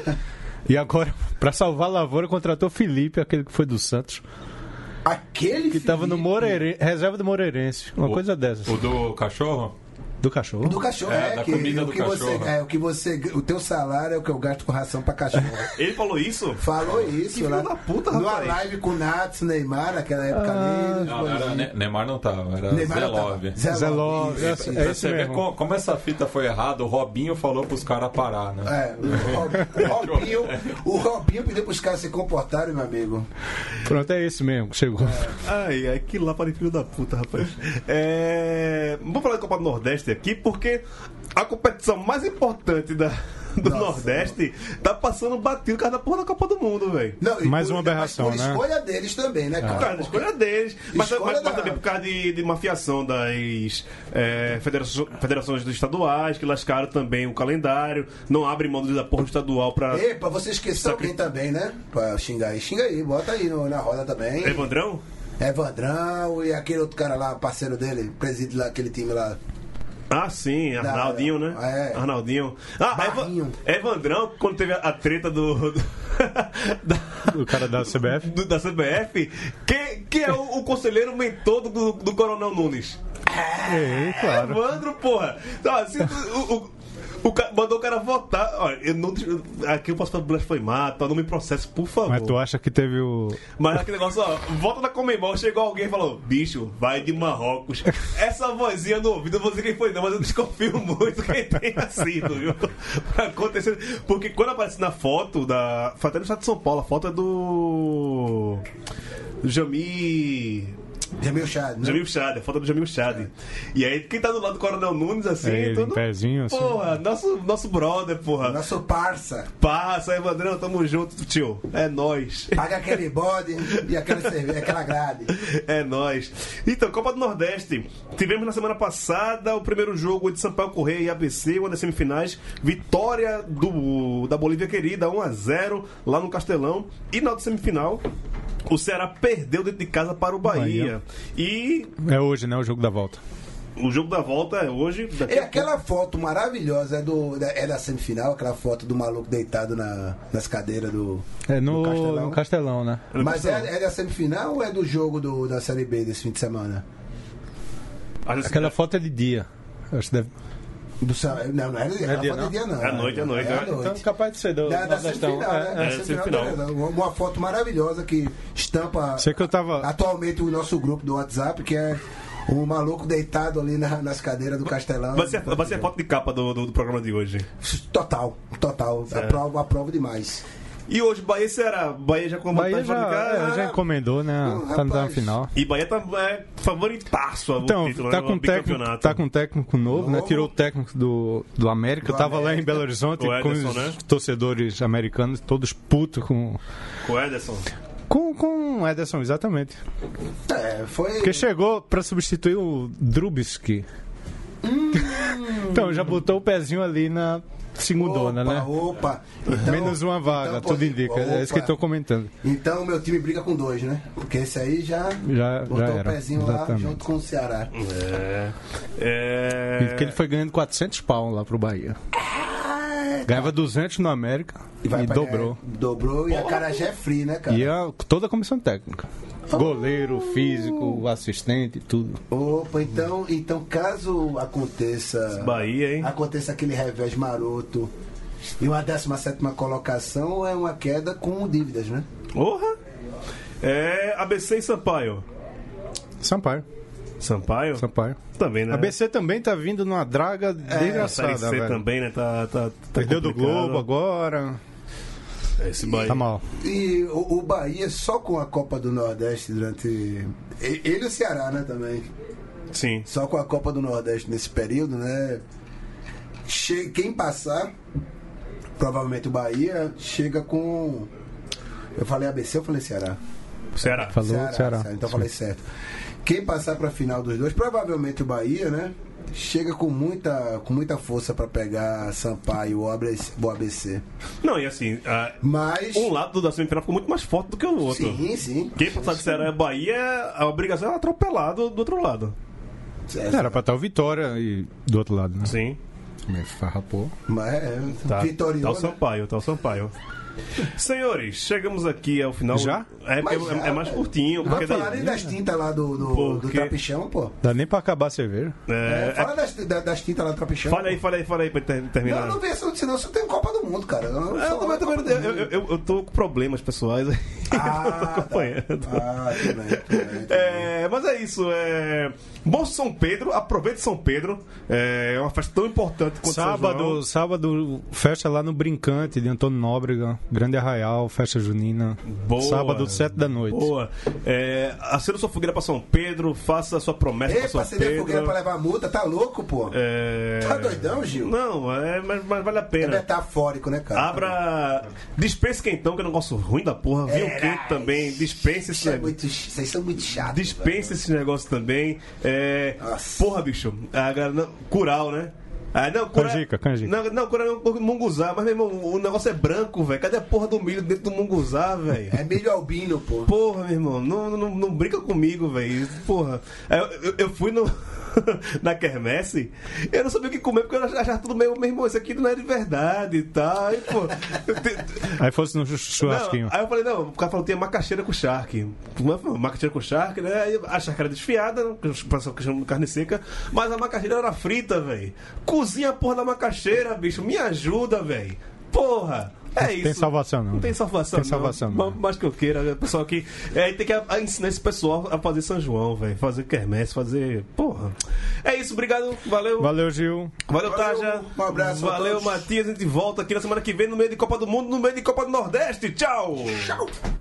Speaker 4: E agora, pra salvar a lavoura, contratou Felipe, aquele que foi do Santos,
Speaker 2: Aquele
Speaker 4: que tava no Moreire, reserva do Moreirense. Uma
Speaker 5: O-
Speaker 4: coisa dessas.
Speaker 5: O do cachorro?
Speaker 4: Do cachorro.
Speaker 2: Do cachorro,
Speaker 5: É,
Speaker 2: é,
Speaker 5: da
Speaker 2: que,
Speaker 5: comida
Speaker 2: o
Speaker 5: do
Speaker 2: que você,
Speaker 5: cachorro.
Speaker 2: é, o que você, o teu salário é o que eu gasto com ração pra cachorro.
Speaker 3: Ele falou isso?
Speaker 2: Falou isso,
Speaker 3: filho
Speaker 2: lá,
Speaker 3: da puta,
Speaker 2: numa
Speaker 3: rapaz.
Speaker 2: live com o Nats, Neymar, naquela
Speaker 4: Ah.
Speaker 2: época ali.
Speaker 5: Não, era Ne- Neymar não tava, era
Speaker 2: Neymar
Speaker 5: Zé
Speaker 2: não tava.
Speaker 5: Love.
Speaker 2: Zé
Speaker 4: Zé
Speaker 2: Love,
Speaker 4: Love,
Speaker 2: isso.
Speaker 4: é- é
Speaker 5: Pra
Speaker 4: esse
Speaker 5: você ver
Speaker 4: mesmo.
Speaker 5: como, como essa fita foi errada, o Robinho falou pros caras parar, né?
Speaker 2: É, o Rob- o Robinho, o Robinho pediu pros caras se comportarem, meu amigo.
Speaker 4: Pronto, é esse mesmo que chegou.
Speaker 3: Ai, ai, que lapa de filho da puta, rapaz. É... Vamos falar da Copa do Nordeste aqui, porque a competição mais importante da, do
Speaker 2: Nossa,
Speaker 3: Nordeste tá passando batido por causa da porra da Copa do Mundo, velho.
Speaker 2: Não, e
Speaker 4: Mais
Speaker 2: por-
Speaker 4: uma aberração,
Speaker 2: mas por
Speaker 4: né? É.
Speaker 2: escolha deles também, né,
Speaker 3: Por causa
Speaker 2: cara?
Speaker 3: da escolha deles, mas,
Speaker 2: Escolha
Speaker 3: mas- mas
Speaker 2: da-
Speaker 3: também por causa de, de mafiação das é, federaço- federações dos estaduais, que lascaram também o calendário, não abre mão da porra do estadual pra.
Speaker 2: Ei, pra você esquecer alguém também, né? Pra xingar aí, xinga aí, bota aí no- na roda também.
Speaker 3: Evandrão?
Speaker 2: Evandrão É e aquele outro cara lá, parceiro dele, preside lá aquele time lá.
Speaker 3: Ah, sim, Arnaldinho, né?
Speaker 2: é.
Speaker 3: Arnaldinho. Ah, Eva,
Speaker 2: Barrinho.
Speaker 3: Evandrão, quando teve a, a treta do. do- da,
Speaker 4: O cara da CBF.
Speaker 3: do- da CBF, que, que é o, o conselheiro mentor do, do, do Coronel Nunes.
Speaker 4: É, claro.
Speaker 3: Evandro, porra! Não, se tu- o, o, o ca- mandou o cara votar. Olha, eu não, aqui eu posso falar blasfemar, tá? Não me processo, por favor.
Speaker 4: Mas tu acha que teve o.
Speaker 3: Mas aquele negócio, ó, volta da Comembol, chegou alguém e falou, bicho, vai de Marrocos. Essa vozinha no ouvido, eu não sei quem foi não, mas eu desconfio muito quem tenha sido, viu? Pra acontecer. Porque quando aparece na foto da. Foi até no estado de São Paulo, a foto é do. do Jami.
Speaker 2: Jamil Chad, né?
Speaker 3: Jamil Chad, a foto do Jamil Chad. E aí, quem tá do lado do Coronel Nunes, assim,
Speaker 4: É, ele em
Speaker 3: todo.
Speaker 4: pezinho, assim.
Speaker 3: Porra, nosso, nosso brother, porra.
Speaker 2: Nosso parça.
Speaker 3: Passa, Evandrão, tamo junto, tio. É nóis.
Speaker 2: Paga aquele bode e aquela cerveja, aquela grade.
Speaker 3: É nóis. Então, Copa do Nordeste. Tivemos na semana passada o primeiro jogo de Sampaio Correia e ABC, uma das semifinais. Vitória do, da Bolívia Querida, 1x0 lá no Castelão. E na outra semifinal, o Ceará perdeu dentro de casa para o Bahia.
Speaker 4: Bahia.
Speaker 3: E
Speaker 4: É hoje, né? O jogo da volta.
Speaker 3: o jogo da volta é hoje. daqui
Speaker 2: E
Speaker 3: a pouco.
Speaker 2: aquela foto maravilhosa é, do, da- é da semifinal, aquela foto do maluco deitado na, nas cadeiras do.
Speaker 4: É no,
Speaker 2: do
Speaker 4: no castelão.
Speaker 2: Castelão.
Speaker 4: né?
Speaker 2: Mas é, é da semifinal ou é do jogo do, da Série B desse fim de semana?
Speaker 3: Acho que-
Speaker 4: Aquela foto é de dia. Acho que deve...
Speaker 2: Do, Sa- não, não é, aquela
Speaker 4: dia,
Speaker 2: foto
Speaker 4: não?
Speaker 2: de dia, não.
Speaker 3: É à noite, é à noite,
Speaker 2: É
Speaker 3: é.
Speaker 2: à noite.
Speaker 4: capaz de ser do
Speaker 2: Da, da semifinal, né?
Speaker 3: É,
Speaker 2: Da
Speaker 3: semifinal.
Speaker 2: beleza. Uma, uma foto maravilhosa que estampa
Speaker 4: Sei que eu tava.
Speaker 2: atualmente o nosso grupo do WhatsApp, que é o maluco deitado ali na- nas cadeiras do Castelão.
Speaker 3: Vai ser, vai ser a foto de capa do, do- do programa de hoje.
Speaker 2: Total, total. Aprovo, aprovo demais.
Speaker 3: E hoje, Bahia e Ceará. Bahia já com a
Speaker 4: Bahia
Speaker 3: vantagem fora de
Speaker 4: já,
Speaker 3: tá casa.
Speaker 4: é, já encomendou, né?
Speaker 2: Não,
Speaker 4: tá na
Speaker 2: rapaz.
Speaker 4: final.
Speaker 3: E Bahia tá é, favoritaço ao
Speaker 4: Então,
Speaker 3: título,
Speaker 4: tá
Speaker 3: né,
Speaker 4: com,
Speaker 3: ao
Speaker 4: um técnico,
Speaker 3: bicampeonato.
Speaker 4: tá com um técnico novo, né? Tirou o técnico do, do América.
Speaker 2: Do
Speaker 4: eu tava lá em
Speaker 2: América.
Speaker 4: Belo Horizonte
Speaker 3: O
Speaker 4: com
Speaker 3: Ederson,
Speaker 4: os
Speaker 3: né?
Speaker 4: torcedores americanos, todos putos com.
Speaker 3: Com o Ederson.
Speaker 4: Com, com o Ederson, exatamente.
Speaker 2: É, foi.
Speaker 4: Porque chegou pra substituir o Drubski.
Speaker 2: Hum.
Speaker 4: então, já botou o pezinho ali na segundona,
Speaker 2: opa,
Speaker 4: né?
Speaker 2: Opa, Então-
Speaker 4: Menos uma vaga,
Speaker 2: então, pô,
Speaker 4: tudo indica. É isso que eu
Speaker 2: opa.
Speaker 4: tô comentando.
Speaker 2: Então meu time briga com dois, né? Porque esse aí já,
Speaker 4: Já,
Speaker 2: botou
Speaker 4: já
Speaker 2: o
Speaker 4: era.
Speaker 2: pezinho lá
Speaker 4: Exatamente.
Speaker 2: junto com o Ceará.
Speaker 3: É.
Speaker 4: E Porque ele foi ganhando 400 pau lá pro Bahia. Ganhava 200 no América e,
Speaker 2: É. vai pra-
Speaker 4: dobrou.
Speaker 2: é, dobrou e a Carajé é free, né, cara?
Speaker 4: E a- toda a comissão técnica. Goleiro, físico, assistente, tudo.
Speaker 2: Opa, então, então caso aconteça.
Speaker 3: Bahia, hein?
Speaker 2: Aconteça aquele revés maroto e uma 17 colocação é uma queda com dívidas, né?
Speaker 3: Porra! É ABC e Sampaio.
Speaker 4: Sampaio.
Speaker 3: Sampaio?
Speaker 4: Sampaio.
Speaker 3: Também, né?
Speaker 4: A BC também tá vindo numa draga
Speaker 3: Série
Speaker 4: desgraçada,
Speaker 3: É, C
Speaker 4: velho.
Speaker 3: também, né? Tá, tá, tá
Speaker 4: Perdeu do
Speaker 3: complicado.
Speaker 4: Globo agora.
Speaker 3: Esse Bahia.
Speaker 4: Tá mal.
Speaker 2: E o, o Bahia só com a Copa do Nordeste durante. e- Ele e o Ceará, né, também.
Speaker 3: Sim.
Speaker 2: Só com a Copa do Nordeste nesse período, né? Che- Quem passar, provavelmente o Bahia, chega com. Eu falei ABC, eu falei Ceará.
Speaker 3: Ceará.
Speaker 4: Falou, Ceará.
Speaker 2: Então eu falei certo. Quem passar pra final dos dois, provavelmente o Bahia, né? Chega com muita, com muita força pra pegar Sampaio ou ABC. ou ABC.
Speaker 3: Não, e assim, a-
Speaker 2: Mas.
Speaker 3: um lado da semifinal ficou muito mais forte do que o outro.
Speaker 2: Sim, sim.
Speaker 3: Quem passar de Ceará e Bahia, a obrigação é atropelar do, do outro lado.
Speaker 2: É,
Speaker 4: Era pra estar o Vitória e do outro lado, né?
Speaker 3: Sim.
Speaker 4: Meio farrapou.
Speaker 2: Mas é,
Speaker 3: Tá, tá o
Speaker 2: vitorioso.
Speaker 3: Sampaio, tá o Sampaio. Senhores, chegamos aqui ao final.
Speaker 4: Já?
Speaker 3: É, porque
Speaker 2: Mas
Speaker 3: é-
Speaker 2: já,
Speaker 3: é mais
Speaker 2: velho.
Speaker 3: curtinho. Porque
Speaker 2: Vamos
Speaker 3: daí-
Speaker 2: falar nem das tintas lá do, do, do
Speaker 3: Porque-
Speaker 2: Trapichão, pô.
Speaker 4: Dá nem pra acabar a cerveja.
Speaker 3: é, é-
Speaker 2: Fala das, da- das tintas lá do Trapichão.
Speaker 3: fala aí, fala aí, fala aí pra ter- terminar.
Speaker 2: Não, não pensa, senão você tem Copa do Mundo, cara. Eu,
Speaker 3: Ah, eu, também- também- eu- eu- eu- eu tô com problemas pessoais aí.
Speaker 2: Ah,
Speaker 3: eu tô acompanhando.
Speaker 2: Tá. Ah, tudo bem, tudo bem, tudo bem.
Speaker 3: É, mas é isso. É... Bom São Pedro, aproveite São Pedro. É é uma festa tão importante quanto São João.
Speaker 4: Sábado, sábado, festa lá no Brincante de Antônio Nóbrega, Grande Arraial, festa junina.
Speaker 3: Boa.
Speaker 4: Sábado, sete da noite.
Speaker 3: Boa. É, acenda sua fogueira pra São Pedro, faça a sua promessa
Speaker 2: Ei,
Speaker 3: pra São
Speaker 2: parceria
Speaker 3: Pedro.
Speaker 2: fogueira pra levar multa, tá louco, pô?
Speaker 3: É...
Speaker 2: Tá doidão, Gil?
Speaker 3: Não, é, mas, mas vale a
Speaker 2: É
Speaker 3: pena.
Speaker 2: metafórico, né, cara?
Speaker 3: Abra. Dispense quentão, que é um negócio ruim da porra. Vinho
Speaker 2: É,
Speaker 3: quente também. Dispense esse
Speaker 2: Isso é
Speaker 3: negócio.
Speaker 2: muito, ch- vocês são muito chatos.
Speaker 3: Dispensa esse negócio também. É...
Speaker 2: Nossa.
Speaker 3: Porra, bicho. A galera- não, Curau, né? Ah, não, cura...
Speaker 4: Canjica, canjica.
Speaker 3: Não, não, cura é um pouco de munguzá, mas meu irmão, o negócio é branco, velho. Cadê a porra do milho dentro do munguzá, velho?
Speaker 2: velho. É milho albino, pô.
Speaker 3: Porra, meu irmão, não, não, não brinca comigo, velho. Porra. É, Eu, eu- eu fui no. Na quermesse, eu não sabia o que comer porque eu achava tudo meio, meu irmão, isso aqui não é de verdade e tal. E, pô, eu te-
Speaker 4: Aí fosse no chu- churrasquinho.
Speaker 3: não, aí eu falei, não, o cara falou que tinha macaxeira com charque. Uma- uma Macaxeira com charque, né? Aí a charque era desfiada, né? que o pessoal que chama de carne seca, mas a macaxeira era frita, velho. Cozinha a porra da macaxeira, bicho, me ajuda, velho. Porra! É isso.
Speaker 4: tem salvação, não.
Speaker 3: Não tem salvação,
Speaker 4: Tem salvação,
Speaker 3: não.
Speaker 4: não.
Speaker 3: Ma- Mais que eu queira, né? pessoal aqui. É, tem que a- a ensinar esse pessoal a fazer São João, velho. Fazer quermesse, fazer. Porra. É isso, obrigado, valeu.
Speaker 4: Valeu, Gil.
Speaker 3: Valeu,
Speaker 2: Valeu,
Speaker 3: Taja.
Speaker 2: um abraço a
Speaker 3: Valeu,
Speaker 2: todos.
Speaker 3: Matias. A gente volta aqui na semana que vem no meio de Copa do Mundo, no meio de Copa do Nordeste. Tchau.
Speaker 2: Tchau.
Speaker 6: é